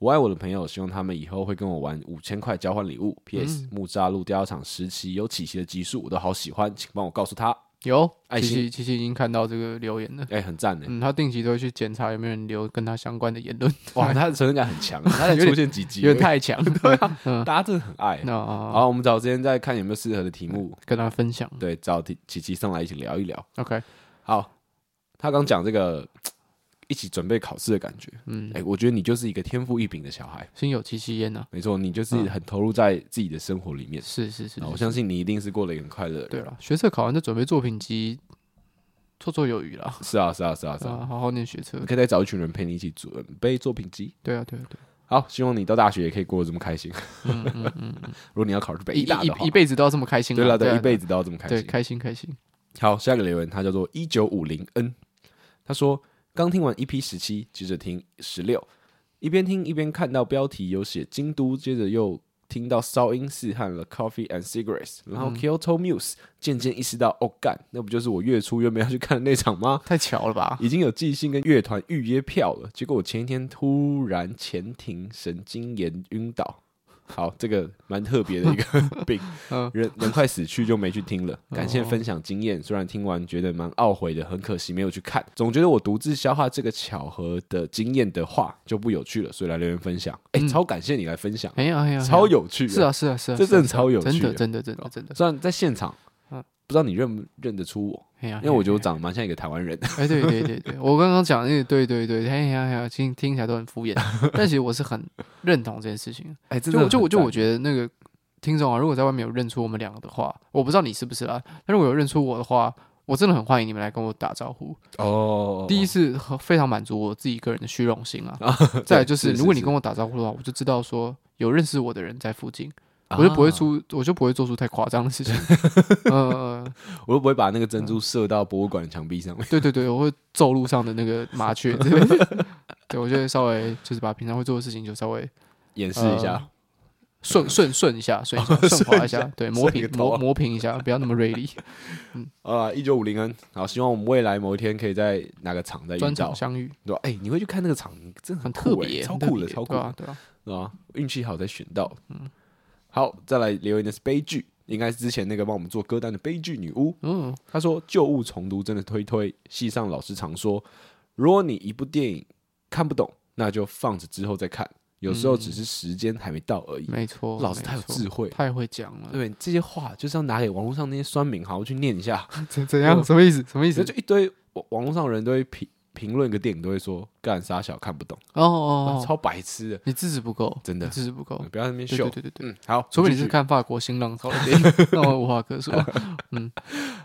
Speaker 1: 我爱我的朋友，希望他们以后会跟我玩五千块交换礼物。P.S.
Speaker 2: 嗯
Speaker 1: 木栅路第二场时期有起息的集数，我都好喜欢，请帮我告诉他。
Speaker 2: 有，
Speaker 1: 爱
Speaker 2: 琪
Speaker 1: 心
Speaker 2: 琪琪琪已经看到这个留言了。
Speaker 1: 哎、很赞呢！
Speaker 2: 嗯，他定期都会去检查有没有人留跟他相关的言论，
Speaker 1: 哇，他的存在感很 强，他才出现几集而已，
Speaker 2: 有点嗯太强。 对啊，
Speaker 1: 大家真的很爱。
Speaker 2: 那哦
Speaker 1: 好，我们找时间再看有没有适合的题目，
Speaker 2: 跟他分享。
Speaker 1: 对，找琪琪琪上来一起聊一聊。
Speaker 2: OK，
Speaker 1: 好，他刚讲这个一起准备考试的感觉，
Speaker 2: 嗯
Speaker 1: 哎、，我觉得你就是一个天赋异禀的小孩，
Speaker 2: 心有戚戚焉呐。
Speaker 1: 没错，你就是很投入在自己的生活里面。
Speaker 2: 嗯
Speaker 1: 啊
Speaker 2: 是是是，
Speaker 1: 那我
Speaker 2: 是
Speaker 1: 相信你一定是过得也很快乐的人。
Speaker 2: 对了，啊学测考完就准备作品集，绰绰有余啦。
Speaker 1: 是啊，是啊，是啊，是啊。
Speaker 2: 啊，好好念学测
Speaker 1: 你。可以再找一群人陪你一起准备作品集。
Speaker 2: 对啊，对啊，对啊，
Speaker 1: 好，希望你到大学也可以过得这么开心。
Speaker 2: 嗯嗯嗯，嗯
Speaker 1: 如果你要考入北
Speaker 2: 一
Speaker 1: 医大的
Speaker 2: 一
Speaker 1: 话
Speaker 2: 一一，辈子都要这么开心啊。
Speaker 1: 对了，对，
Speaker 2: 啊
Speaker 1: 一辈子都要这么开
Speaker 2: 对，
Speaker 1: 心。
Speaker 2: 开心开心。
Speaker 1: 好，下一个留言，他叫做一九五零 N，他说刚听完 EP 十七，接着听十六，一边听一边看到标题有写京都，接着又听到烧音寺和了 Coffee and Cigarettes，然后 Kyoto Muse，渐渐意识到，哦干，那不就是我月初原本要去看的那场吗？
Speaker 2: 太巧 了吧？
Speaker 1: 已经有寄信跟乐团预约票了，结果我前一天突然前庭神经炎晕倒。好，这个蛮特别的一个 病
Speaker 2: 嗯，哦
Speaker 1: 人人快死去就没去听了。感谢分享经验，虽然听完觉得蛮懊悔的，很可惜没有去看，总觉得我独自消化这个巧合的经验的话就不有趣了，所以来留言分享。哎、
Speaker 2: 嗯
Speaker 1: 超感谢你来分享，
Speaker 2: 哎呀哎呀，哎呀
Speaker 1: 超有趣，
Speaker 2: 是，啊是啊是啊，
Speaker 1: 这
Speaker 2: 是啊
Speaker 1: 真的超有
Speaker 2: 真
Speaker 1: 趣哦
Speaker 2: 的。真的真的真的。
Speaker 1: 虽然在现场，
Speaker 2: 嗯
Speaker 1: 不知道你认不认得出我，
Speaker 2: 哎呀，
Speaker 1: 因为我觉得我
Speaker 2: 哎呀
Speaker 1: 长得蛮像一个台湾人。
Speaker 2: 哎，对对对 对，我刚刚讲的那个，对对对，哎呀哎呀，听听起来都 很敷衍，但其实我是很认同这件事情。
Speaker 1: 哎、真
Speaker 2: 就
Speaker 1: 的
Speaker 2: 我就我
Speaker 1: 很
Speaker 2: 就
Speaker 1: 赞
Speaker 2: 我觉得那个听众啊，如果在外面有认出我们两个的话，我不知道你是不是啦，但如果有认出我的话，我真的很欢迎你们来跟我打招呼。
Speaker 1: 哦，
Speaker 2: 第一
Speaker 1: 一
Speaker 2: 是很非常满足我自己个人的虚荣心啊，再来就是如果你跟
Speaker 1: 我，
Speaker 2: 我打招呼的话，我就知道说有认识我的人在附近，我就不会
Speaker 1: 啊，
Speaker 2: 出，我就不会做出太夸张的事情。 呃，
Speaker 1: 我就不会把那个珍
Speaker 2: 嗯
Speaker 1: 珠射到博物馆的墙壁上面。
Speaker 2: 对对对，我会揍路上的那个麻雀之类的。对，我就会稍微就是把平常会做的事情就稍微
Speaker 1: 演
Speaker 2: 嗯
Speaker 1: 示一下，
Speaker 2: 顺顺顺一 下，顺一下，顺滑一下，对，磨
Speaker 1: 顺一
Speaker 2: 平
Speaker 1: 个头
Speaker 2: 磨
Speaker 1: 啊
Speaker 2: 磨平一下，不要那么锐利。
Speaker 1: 啊，一九五零 N，好，希望我们未来某一天可以在哪个场再遇
Speaker 2: 专
Speaker 1: 到
Speaker 2: 场，相遇，
Speaker 1: 对吧？哎，你会去看那个场，真的
Speaker 2: 很
Speaker 1: 哎酷
Speaker 2: 特
Speaker 1: 哎
Speaker 2: 别，
Speaker 1: 超
Speaker 2: 很特
Speaker 1: 酷的，
Speaker 2: 别
Speaker 1: 超酷
Speaker 2: 对啊
Speaker 1: 的，，
Speaker 2: 对啊，
Speaker 1: 对吧？运气好才选到，嗯，好，再来留言的是悲剧，应该是之前那个帮我们做歌单的悲剧女巫，
Speaker 2: 嗯，
Speaker 1: 她说旧物重读真的推推，系上老师常说，如果你一部电影看不懂，那就放着之后再看，有时候只是时间还没到而已。
Speaker 2: 嗯没错，
Speaker 1: 老师
Speaker 2: 没
Speaker 1: 太有
Speaker 2: 错
Speaker 1: 智慧了
Speaker 2: 太会讲了，
Speaker 1: 对这些话，就是要拿给网络上那些酸民好好去念一 下。
Speaker 2: 怎怎样？什么意思？什么意
Speaker 1: 其实
Speaker 2: 思？
Speaker 1: 就一堆网网络上的人都会评评论一个电影，都会说干傻小看不懂，
Speaker 2: 哦哦，哦
Speaker 1: 超白痴的，
Speaker 2: 你知识不够，
Speaker 1: 真的
Speaker 2: 你知识不够
Speaker 1: 嗯，不要在那边
Speaker 2: 对
Speaker 1: 秀。
Speaker 2: 对对对对。
Speaker 1: 嗯，好，
Speaker 2: 除非你
Speaker 1: 继
Speaker 2: 是
Speaker 1: 续
Speaker 2: 看法国新浪潮的 电影，那我无话可说。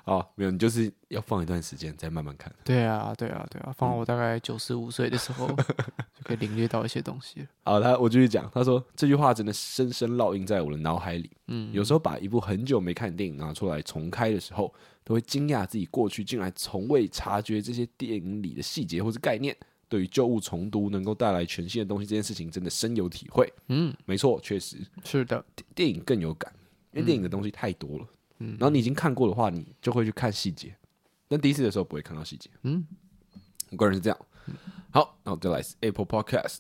Speaker 1: 哦，没有，你就是要放一段时间再慢慢看。
Speaker 2: 对啊，对啊，对啊，
Speaker 1: 嗯
Speaker 2: 放到我大概九十五岁的时 候，就可以领略到一些东西了。
Speaker 1: 好，他我继续讲，他说这句话真的深深烙印在我的脑海里。
Speaker 2: 嗯，
Speaker 1: 有时候把一部很久没看的电影拿出来重开的时候，都会惊讶自己过去竟然从未察觉这些电影里的细节或是概念。对于旧物重读能够带来全新的东西这件事情，真的深有体会。
Speaker 2: 嗯，
Speaker 1: 没错，确实，
Speaker 2: 是的，
Speaker 1: 电影更有感，因为电影的东西太多了。嗯，然后你已经看过的话，你就会去看细节。但第一次的时候不会看到细节。
Speaker 2: 嗯，
Speaker 1: 我个人是这样。好，那我再来是 Apple Podcast。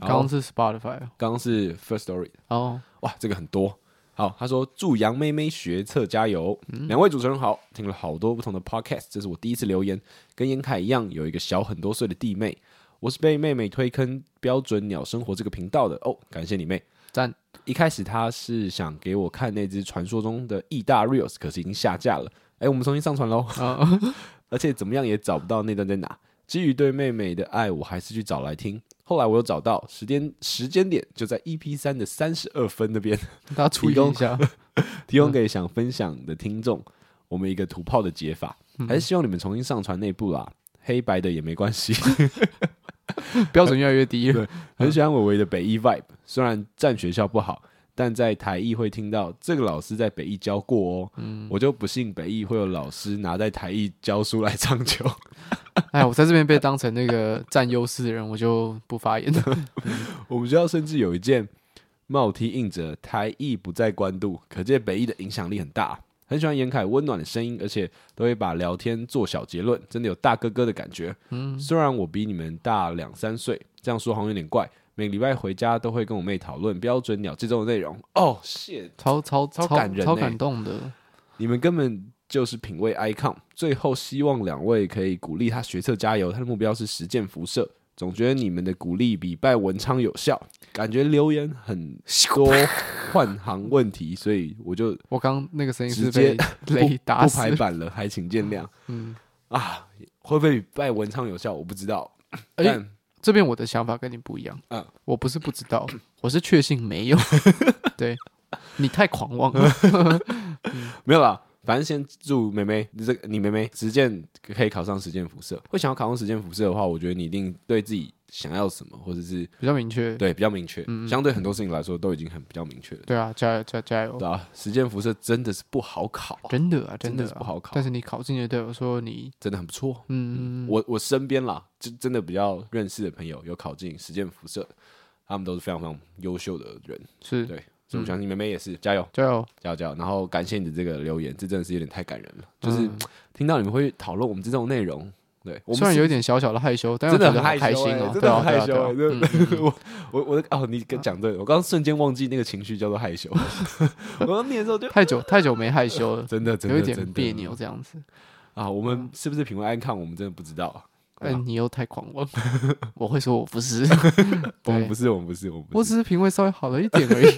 Speaker 2: 刚刚
Speaker 1: 好，
Speaker 2: 是 Spotify 哦
Speaker 1: 刚刚是 First Story。
Speaker 2: 哦，
Speaker 1: 哇，这个很多。好，他说祝杨妹妹学测加油。两位主持人好，听了好多不同的 podcast，这是我第一次留言。跟严凯一样，有一个小很多岁的弟妹，我是被妹妹推坑标准鸟生活这个频道的哦，感谢你妹。
Speaker 2: 赞，
Speaker 1: 一开始他是想给我看那只传说中的义大 reels，可是已经下架了。哎，我们重新上传喽。
Speaker 2: 啊，
Speaker 1: 而且怎么样也找不到那段在哪。基于对妹妹的爱，我还是去找来听。后来我又找到时间时间点，就在 EP 三的三十二分那边，
Speaker 2: 大家注意一下，
Speaker 1: 提供给想分享的听众，我们一个土炮的解法。还是希望你们重新上传那部啦，黑白的也没关系。
Speaker 2: 标准越来越低了。
Speaker 1: 很喜欢伟伟的北艺 vibe，虽然站学校不好，但在台艺会听到这个老师在北艺教过哦。我就不信北艺会有老师拿在台艺教书来唱秋。
Speaker 2: 哎，我在这边被当成那个占优势的人，我就不发言 了。
Speaker 1: 我们学校甚至有一件帽 T 印着“台艺不在官渡”，可见北艺的影响力很大。很喜欢严凯温暖的声音，而且都会把聊天做小结论，真的有大哥哥的感觉。嗯，虽然我比你们大两三岁，这样说好像有点怪。每个礼拜回家都会跟我妹讨论标准鸟这周的内容。哦、谢，
Speaker 2: 超超
Speaker 1: 超
Speaker 2: 超
Speaker 1: 感人
Speaker 2: 超
Speaker 1: 欸
Speaker 2: 感动的。
Speaker 1: 你们根本就是品味 icon。最后，希望两位可以鼓励他学测加油，他的目标是实践辐射。总觉得你们的鼓励比拜文昌有效，感觉留言很多换行问题，所以我就
Speaker 2: 我刚刚那个声音
Speaker 1: 直
Speaker 2: 是
Speaker 1: 接
Speaker 2: 被
Speaker 1: 不
Speaker 2: 雷打
Speaker 1: 不
Speaker 2: 死
Speaker 1: 排。版了，还请见谅。
Speaker 2: 嗯，
Speaker 1: 啊，会不会比拜文昌有效？我不知道。
Speaker 2: 哎
Speaker 1: 但
Speaker 2: 这边我的想法跟你不一样。
Speaker 1: 嗯
Speaker 2: 我不是不知道，我是确信没 有。对你太狂妄了。
Speaker 1: 没有啦，反正先祝妹妹，你这个你妹妹实践可以考上实践辐射。会想要考上实践辐射的话，我觉得你一定对自己想要什么，或者是
Speaker 2: 比较明确。
Speaker 1: 对，比较明确，
Speaker 2: 嗯
Speaker 1: 相对很多事情来说都已经很比较明确了。
Speaker 2: 对啊，加油加加油！
Speaker 1: 对啊，时间辐射真的是不好考啊，
Speaker 2: 真的啊，
Speaker 1: 真
Speaker 2: 的
Speaker 1: 的
Speaker 2: 啊
Speaker 1: 是不好考
Speaker 2: 但是你考进的对我说你，
Speaker 1: 真的很不错。
Speaker 2: 嗯，
Speaker 1: 我我身边啦，就真的比较认识的朋友有考进实践辐射，他们都是非常非常优秀的人，
Speaker 2: 是
Speaker 1: 对，所以我相信妹妹也是，加油
Speaker 2: 加油。
Speaker 1: 加油加油！然后感谢你的这个留言，这真的是有点太感人了，就是
Speaker 2: 嗯
Speaker 1: 听到你们会讨论我们这种内容，对我们
Speaker 2: 虽然
Speaker 1: 是
Speaker 2: 有一点小小的害羞，但是
Speaker 1: 真的
Speaker 2: 觉
Speaker 1: 很
Speaker 2: 得
Speaker 1: 害
Speaker 2: 好
Speaker 1: 羞
Speaker 2: 开心
Speaker 1: 欸
Speaker 2: 哦，
Speaker 1: 真
Speaker 2: 对
Speaker 1: 的
Speaker 2: 啊
Speaker 1: 很害
Speaker 2: 对
Speaker 1: 羞
Speaker 2: 啊
Speaker 1: 欸
Speaker 2: 对啊
Speaker 1: 真的。我 我我的哦，你跟讲对了，我刚刚瞬间忘记那个情绪叫做害羞， 我刚念的时候就
Speaker 2: 嗯太久太久没害羞了，
Speaker 1: 真 的真
Speaker 2: 有
Speaker 1: 的
Speaker 2: 一
Speaker 1: 真
Speaker 2: 点
Speaker 1: 的
Speaker 2: 别扭这样子。
Speaker 1: 啊！我们是不是品味安看？我们真的不知道 啊。对啊
Speaker 2: 但你又太狂 妄，我会说我不是，
Speaker 1: 我们不
Speaker 2: 是，
Speaker 1: 是，我们不是，我们不
Speaker 2: 我
Speaker 1: 是。
Speaker 2: 只是品味稍微好了一点 而已。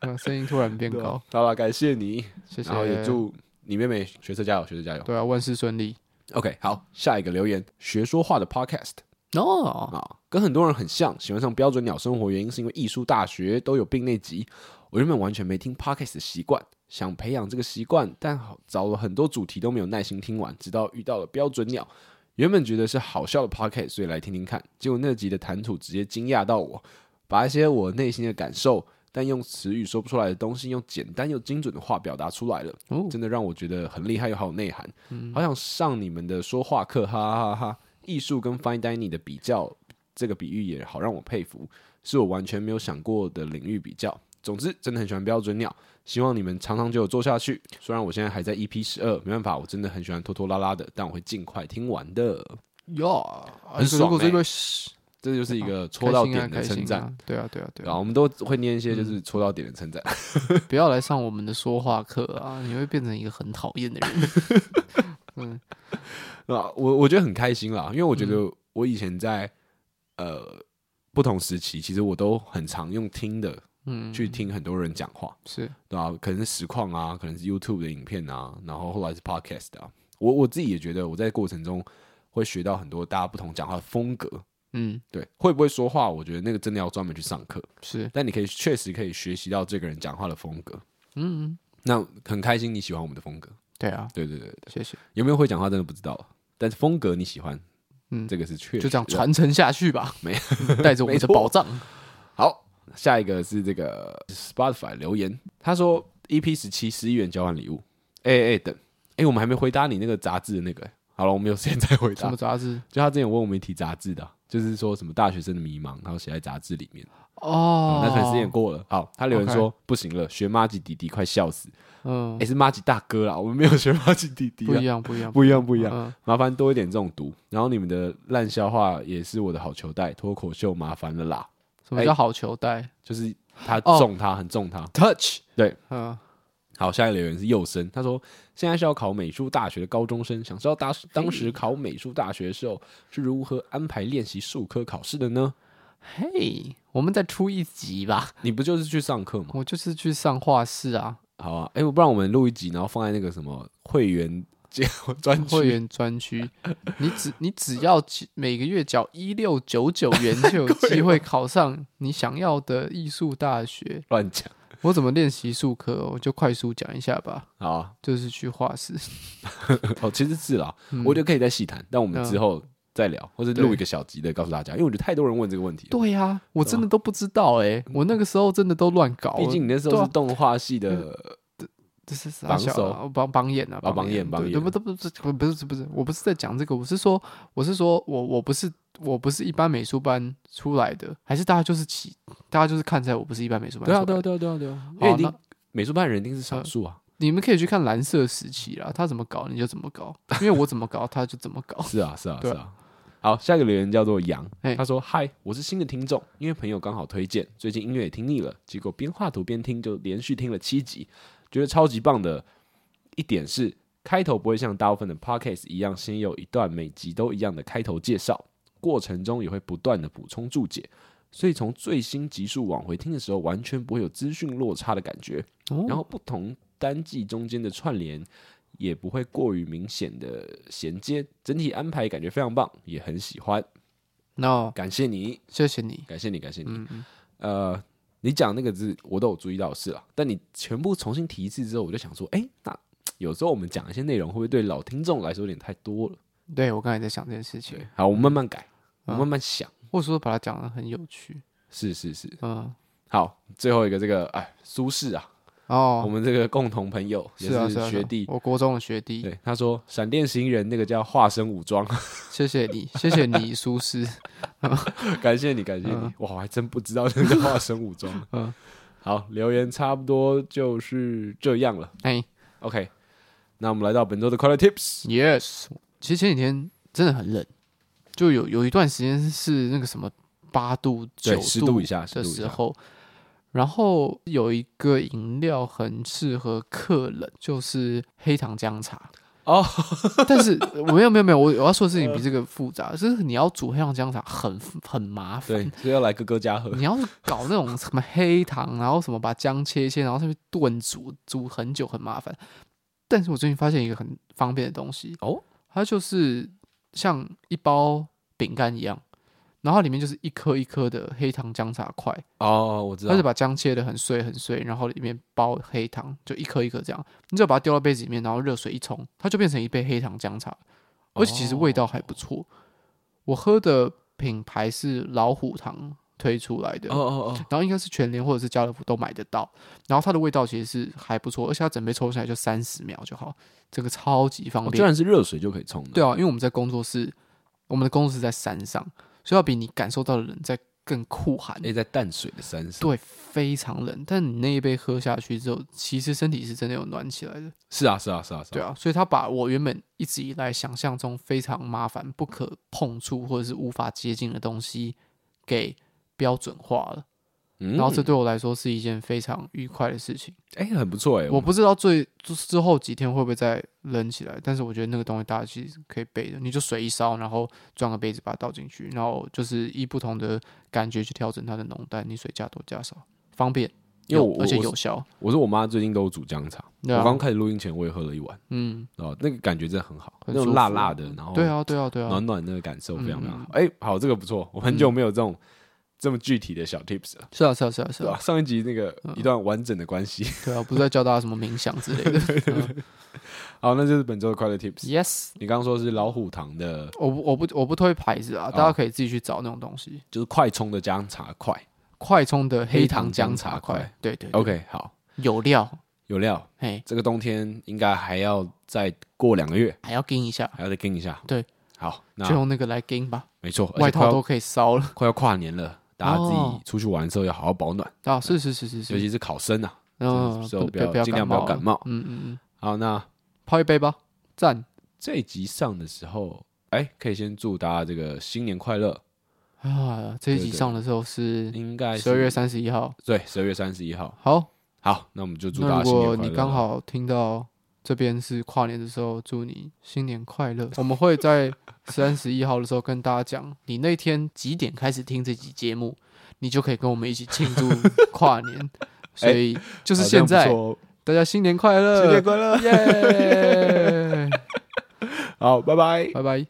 Speaker 2: 啊，声音突然变
Speaker 1: 对啊
Speaker 2: 高，
Speaker 1: 好了，感谢你，
Speaker 2: 谢谢。
Speaker 1: 然后也祝你妹妹学车加油，学车加油。
Speaker 2: 对啊，万事顺利。
Speaker 1: OK，好，下一个留言，学说话的 Podcast
Speaker 2: 哦，
Speaker 1: 啊，跟很多人很像，喜欢上标准鸟生活，原因是因为艺术大学都有并内集。我原本完全没听 Podcast 的习惯，想培养这个习惯，但好找了很多主题都没有耐心听完，直到遇到了标准鸟。原本觉得是好笑的 Podcast，所以来听听看。结果那集的谈吐直接惊讶到我，把一些我内心的感受，但用词语说不出来的东西，用简单又精准的话表达出来了。
Speaker 2: 哦嗯
Speaker 1: 真的让我觉得很厉害又好有内涵，好想上你们的说话课，哈哈哈哈！艺术跟 fine dining 的比较，这个比喻也好让我佩服，是我完全没有想过的领域比较。总之，真的很喜欢标准鸟，希望你们长长久久做下去。虽然我现在还在 EP 十二，没办法，我真的很喜欢拖拖拉拉的，但我会尽快听完的。
Speaker 2: 哟，啊
Speaker 1: 很爽
Speaker 2: 如果这
Speaker 1: 欸
Speaker 2: 个
Speaker 1: 这就是一个戳
Speaker 2: 开
Speaker 1: 到
Speaker 2: 心啊
Speaker 1: 点的
Speaker 2: 开
Speaker 1: 称
Speaker 2: 心
Speaker 1: 赞。
Speaker 2: 啊对啊，对啊，对嗯
Speaker 1: 然
Speaker 2: 啊，
Speaker 1: 后我们都会念一些就是戳到点的称赞。
Speaker 2: 不要来上我们的说话课啊，你会变成一个很讨厌的 人。
Speaker 1: 啊，我我觉得很开心啦，因为我觉
Speaker 2: 嗯
Speaker 1: 得我以前在、呃不同时期，其实我都很常用听的
Speaker 2: 嗯，
Speaker 1: 去听很多人讲话，
Speaker 2: 是
Speaker 1: 对吧、可能是实况啊，可能是 YouTube 的影片啊，然后后来是 Podcast 啊。我我自己也觉得我在过程中会学到很多大家不同讲话的风格。
Speaker 2: 嗯
Speaker 1: 对，会不会说话？我觉得那个真的要专门去上课，
Speaker 2: 是
Speaker 1: 但你可以确实可以学习到这个人讲话的风格。
Speaker 2: 嗯，
Speaker 1: 那很开心你喜欢我们的风格，
Speaker 2: 对啊，
Speaker 1: 对对对，
Speaker 2: 谢谢，
Speaker 1: 有没有会讲话真的不知道，但是风格你喜欢，
Speaker 2: 嗯
Speaker 1: 这个是确
Speaker 2: 就这样
Speaker 1: 实的啊
Speaker 2: 传承下去吧，
Speaker 1: 没
Speaker 2: 嗯带着我
Speaker 1: 没
Speaker 2: 们的
Speaker 1: 错
Speaker 2: 宝藏。
Speaker 1: 好，下一个是这个 Spotify 留言，他说 EP 十七十一元交换礼物。哎、哎、等，哎、我们还没回答你那个杂志的那个、好了，我们有时间再回
Speaker 2: 什
Speaker 1: 答
Speaker 2: 么。杂志？
Speaker 1: 就他之前有问我们一题杂志的啊，就是说什么大学生的迷茫，然后写在杂志里面。
Speaker 2: 哦
Speaker 1: 嗯那可能时间也过了。好，他留言说不行了，学妈吉弟弟快笑死。
Speaker 2: 嗯
Speaker 1: 哎、，是妈吉大哥啦，我们没有学妈吉弟弟
Speaker 2: 不一
Speaker 1: 啊。
Speaker 2: 样，不一样，
Speaker 1: 不一样，不一样，
Speaker 2: 嗯，
Speaker 1: 麻烦多一点这种读。然后你们的烂笑话也是我的好球带，脱口秀麻烦了啦。
Speaker 2: 什么叫好球带？
Speaker 1: 就是他
Speaker 2: 哦
Speaker 1: 中他，很中他。
Speaker 2: touch，
Speaker 1: 对，
Speaker 2: 嗯，
Speaker 1: 好，下一个留言是幼生，他说现在是要考美术大学的高中生，想知道当当时考美术大学的时候是如何安排练习数科考试的呢？
Speaker 2: 嘿，我们再出一集吧，
Speaker 1: 你不就是去上课吗？
Speaker 2: 我就是去上画室啊，
Speaker 1: 好啊，哎、不然我们录一集，然后放在那个什么会员 这专
Speaker 2: 会
Speaker 1: 区，
Speaker 2: 员专区，你只你只要几每个月缴一六九九 元，就有
Speaker 1: 哦
Speaker 2: 机会考上你想要的艺术大学。
Speaker 1: 乱讲。
Speaker 2: 我怎么练习术科哦？我就快速讲一下吧，
Speaker 1: 好、啊，
Speaker 2: 就是去画室。
Speaker 1: 哦，其实是 啦，我觉得可以再细谈，但我们
Speaker 2: 嗯
Speaker 1: 之后再聊，或者录一个小集的告诉大家，因为我觉得太多人问这个问题了。
Speaker 2: 对呀、我真的都不知道哎、我那个时候真的都乱搞。
Speaker 1: 嗯毕竟你那时候
Speaker 2: 对
Speaker 1: 是
Speaker 2: 啊
Speaker 1: 动画系的，
Speaker 2: 这是啥
Speaker 1: 榜
Speaker 2: 小
Speaker 1: 首
Speaker 2: 啊榜榜眼啊，
Speaker 1: 啊榜眼榜
Speaker 2: 对
Speaker 1: 眼
Speaker 2: 不不不不不是不是，我不是在讲这个，我是说我是说我我不是我不是一般美术班出来的，还是大家就是起大家就是看在我不是一般美术班出
Speaker 1: 对啊，
Speaker 2: 来的
Speaker 1: 对啊，对啊，对啊，对啊，因
Speaker 2: 好
Speaker 1: 为一定
Speaker 2: 那
Speaker 1: 美术班人一定是少数啊，
Speaker 2: 你们可以去看蓝色时期啦，他怎么搞你就怎么搞，因为我怎么搞他就怎
Speaker 1: 。
Speaker 2: 么搞
Speaker 1: 是啊，是啊，是
Speaker 2: 对啊
Speaker 1: 啊。好，下一个留言叫做杨
Speaker 2: 嘿，
Speaker 1: 他说：“嗨，我是新的听众，因为朋友刚好推荐，最近音乐也听腻了，结果边画图边听，就连续听了七集，觉得超级棒的一点是开头不会像大部分的 podcast 一样，先有一段每集都一样的开头介绍，过程中也会不断的补充注解，所以从最新集数往回听的时候，完全不会有资讯落差的感觉。
Speaker 2: 哦
Speaker 1: 然后不同单季中间的串联也不会过于明显的衔接，整体安排感觉非常棒，也很喜欢，
Speaker 2: 那
Speaker 1: 感谢你，
Speaker 2: 谢谢你，
Speaker 1: 感谢你，感谢你。
Speaker 2: 嗯
Speaker 1: 呃，你讲那个字我都有注意到是啊，但你全部重新提一次之后，我就想说，哎、那有时候我们讲一些内容会不会对老听众来说有点太多了？
Speaker 2: 对我刚才在想这件事情，
Speaker 1: 好，我们慢慢改，
Speaker 2: 嗯
Speaker 1: 我们慢慢想。
Speaker 2: 或者说把它讲的很有趣，
Speaker 1: 是是是，
Speaker 2: 嗯，
Speaker 1: 好，最后一个这个哎，苏轼啊，我
Speaker 2: 哦，
Speaker 1: 们这个共同朋友也
Speaker 2: 是啊是啊，是
Speaker 1: 学
Speaker 2: 啊
Speaker 1: 弟，
Speaker 2: 我国中的学弟，
Speaker 1: 对他说，闪电行人那个叫化身武装，
Speaker 2: 谢谢你，谢谢 你，苏师，
Speaker 1: 感谢你，感谢你。
Speaker 2: 嗯
Speaker 1: 哇，我还真不知道这个化身武装。
Speaker 2: 嗯
Speaker 1: 好，留言差不多就是这样了。
Speaker 2: 哎、
Speaker 1: OK，那我们来到本周的快乐 Tips。
Speaker 2: Yes，其实前几天真的很冷，就有有一段时间是那个什么八度、
Speaker 1: 对
Speaker 2: 九
Speaker 1: 10度以下10
Speaker 2: 的
Speaker 1: 度以
Speaker 2: 时
Speaker 1: 下
Speaker 2: 候，然后有一个饮料很适合克冷，就是黑糖姜茶。
Speaker 1: 哦， 嗯
Speaker 2: 但是我没有没有没有，我我要说的事情比这个复杂，就是你要煮黑糖姜茶很很麻烦。
Speaker 1: 对，所以要来哥哥家 喝。
Speaker 2: 你要是搞那种什么黑糖，然后什么把姜切一切，然后上面炖煮，煮很久很麻烦。但是我最近发现一个很方便的东西
Speaker 1: 哦，
Speaker 2: 它就是像一包饼干一样，然后里面就是一颗一颗的黑糖姜茶块，
Speaker 1: 哦，我知道
Speaker 2: 它是。把姜切的很碎很碎，然后里面包黑糖，就一颗一颗这样，你只要把它丢到杯子里面，然后热水一冲，它就变成一杯黑糖姜茶，
Speaker 1: 哦
Speaker 2: 而且其实味道还不错。我喝的品牌是老虎堂推出来的，
Speaker 1: 哦哦哦，
Speaker 2: 然后应该是全联或者是家乐福都买得到。然后它的味道其实是还不错，而且它整杯抽下来就三十秒就好，这个超级方
Speaker 1: 哦居
Speaker 2: 便。
Speaker 1: 然是热水就可以冲的。
Speaker 2: 对啊，因为我们在工作室，我们的工作室在山上，所以要比你感受到的冷在更酷寒。
Speaker 1: 哎，在淡水的山上。
Speaker 2: 对，非常冷。但你那一杯喝下去之后，其实身体是真的有暖起来的。
Speaker 1: 是啊，是啊，是啊，是
Speaker 2: 对
Speaker 1: 啊。
Speaker 2: 啊，所以他把我原本一直以来想象中非常麻烦、不可碰触或者是无法接近的东西，给标准化了。
Speaker 1: 嗯
Speaker 2: 然后这对我来说是一件非常愉快的事情。
Speaker 1: 哎，很不错哎。
Speaker 2: 我不知道最就是之后几天会不会再冷起来，但是我觉得那个东西大家其实可以备的，你就水一烧，然后装个杯子把它倒进去，然后就是依不同的感觉去调整它的浓淡，你水加多加少，方便，
Speaker 1: 因为
Speaker 2: 有
Speaker 1: 我我
Speaker 2: 而且
Speaker 1: 我
Speaker 2: 有效。
Speaker 1: 我说我妈最近都有煮姜茶，
Speaker 2: 对
Speaker 1: 我
Speaker 2: 啊
Speaker 1: 刚，开始录音前我也喝了一碗，
Speaker 2: 嗯，
Speaker 1: 哦，那个感觉真的很好，
Speaker 2: 很
Speaker 1: 那
Speaker 2: 舒
Speaker 1: 种
Speaker 2: 服
Speaker 1: 辣辣的，然后
Speaker 2: 对啊，对啊，对啊
Speaker 1: 哦暖，暖那个感受非常非常
Speaker 2: 嗯
Speaker 1: 好。哎、好，这个不错，我很久没有这种、这么具体的小 tips 了，
Speaker 2: 是啊，是啊，是啊，是
Speaker 1: 对吧、
Speaker 2: 啊，
Speaker 1: 上一集那个一段完整的关系，
Speaker 2: 对啊，不是在教大家什么冥想之类的。 嗯
Speaker 1: 好，那就是本周的快乐 tips。
Speaker 2: yes，
Speaker 1: 你刚刚说是老虎堂的，
Speaker 2: 我不，我不，我不推牌子啊，大
Speaker 1: 哦
Speaker 2: 家可以自己去找那种东西，
Speaker 1: 就是快冲的姜茶块。
Speaker 2: 快冲的
Speaker 1: 黑
Speaker 2: 黑
Speaker 1: 糖
Speaker 2: 糖姜
Speaker 1: 姜
Speaker 2: 茶
Speaker 1: 茶
Speaker 2: 块
Speaker 1: 块，
Speaker 2: 对对，对
Speaker 1: OK，好，
Speaker 2: 有料，
Speaker 1: 有料，
Speaker 2: 嘿，
Speaker 1: 这个冬天应该还要再过两个月，
Speaker 2: 还要跟一下。
Speaker 1: 还要再跟一下。
Speaker 2: 对，
Speaker 1: 好，那
Speaker 2: 就用那个来跟吧，
Speaker 1: 没错，而且快
Speaker 2: 外套
Speaker 1: 要
Speaker 2: 都可以 烧了
Speaker 1: 快要跨年了，大家自己
Speaker 2: 哦
Speaker 1: 出去玩的时候要好好保暖，
Speaker 2: 啊！是是是是
Speaker 1: 尤
Speaker 2: 是，
Speaker 1: 其是考生啊，
Speaker 2: 嗯，
Speaker 1: 所以
Speaker 2: 不
Speaker 1: 不要
Speaker 2: 不要
Speaker 1: 尽量不要感
Speaker 2: 感
Speaker 1: 冒
Speaker 2: 冒。嗯嗯嗯，
Speaker 1: 好，那
Speaker 2: 泡一杯吧，赞！
Speaker 1: 这一集上的时候，哎，可以先祝大家这个新年快乐，
Speaker 2: 啊，这一
Speaker 1: 对
Speaker 2: 集
Speaker 1: 对
Speaker 2: 上的时候是
Speaker 1: 应该
Speaker 2: 十二月三十一号。
Speaker 1: 对十二月三十一号。
Speaker 2: 好，
Speaker 1: 好，那我们就祝大
Speaker 2: 那
Speaker 1: 家
Speaker 2: 如
Speaker 1: 新年快
Speaker 2: 果
Speaker 1: 乐啦。
Speaker 2: 你刚好听到这边是跨年的时候，祝你新年 快乐。我们会在三十一号的时候跟大家讲，你那天几点开始听这集节目，你就可以跟我们一起庆祝跨年。 所以就
Speaker 1: 就是
Speaker 2: 现在，大家
Speaker 1: 哦
Speaker 2: 新年快乐，
Speaker 1: 新年快乐，
Speaker 2: 耶！
Speaker 1: 好，拜拜。
Speaker 2: 拜拜。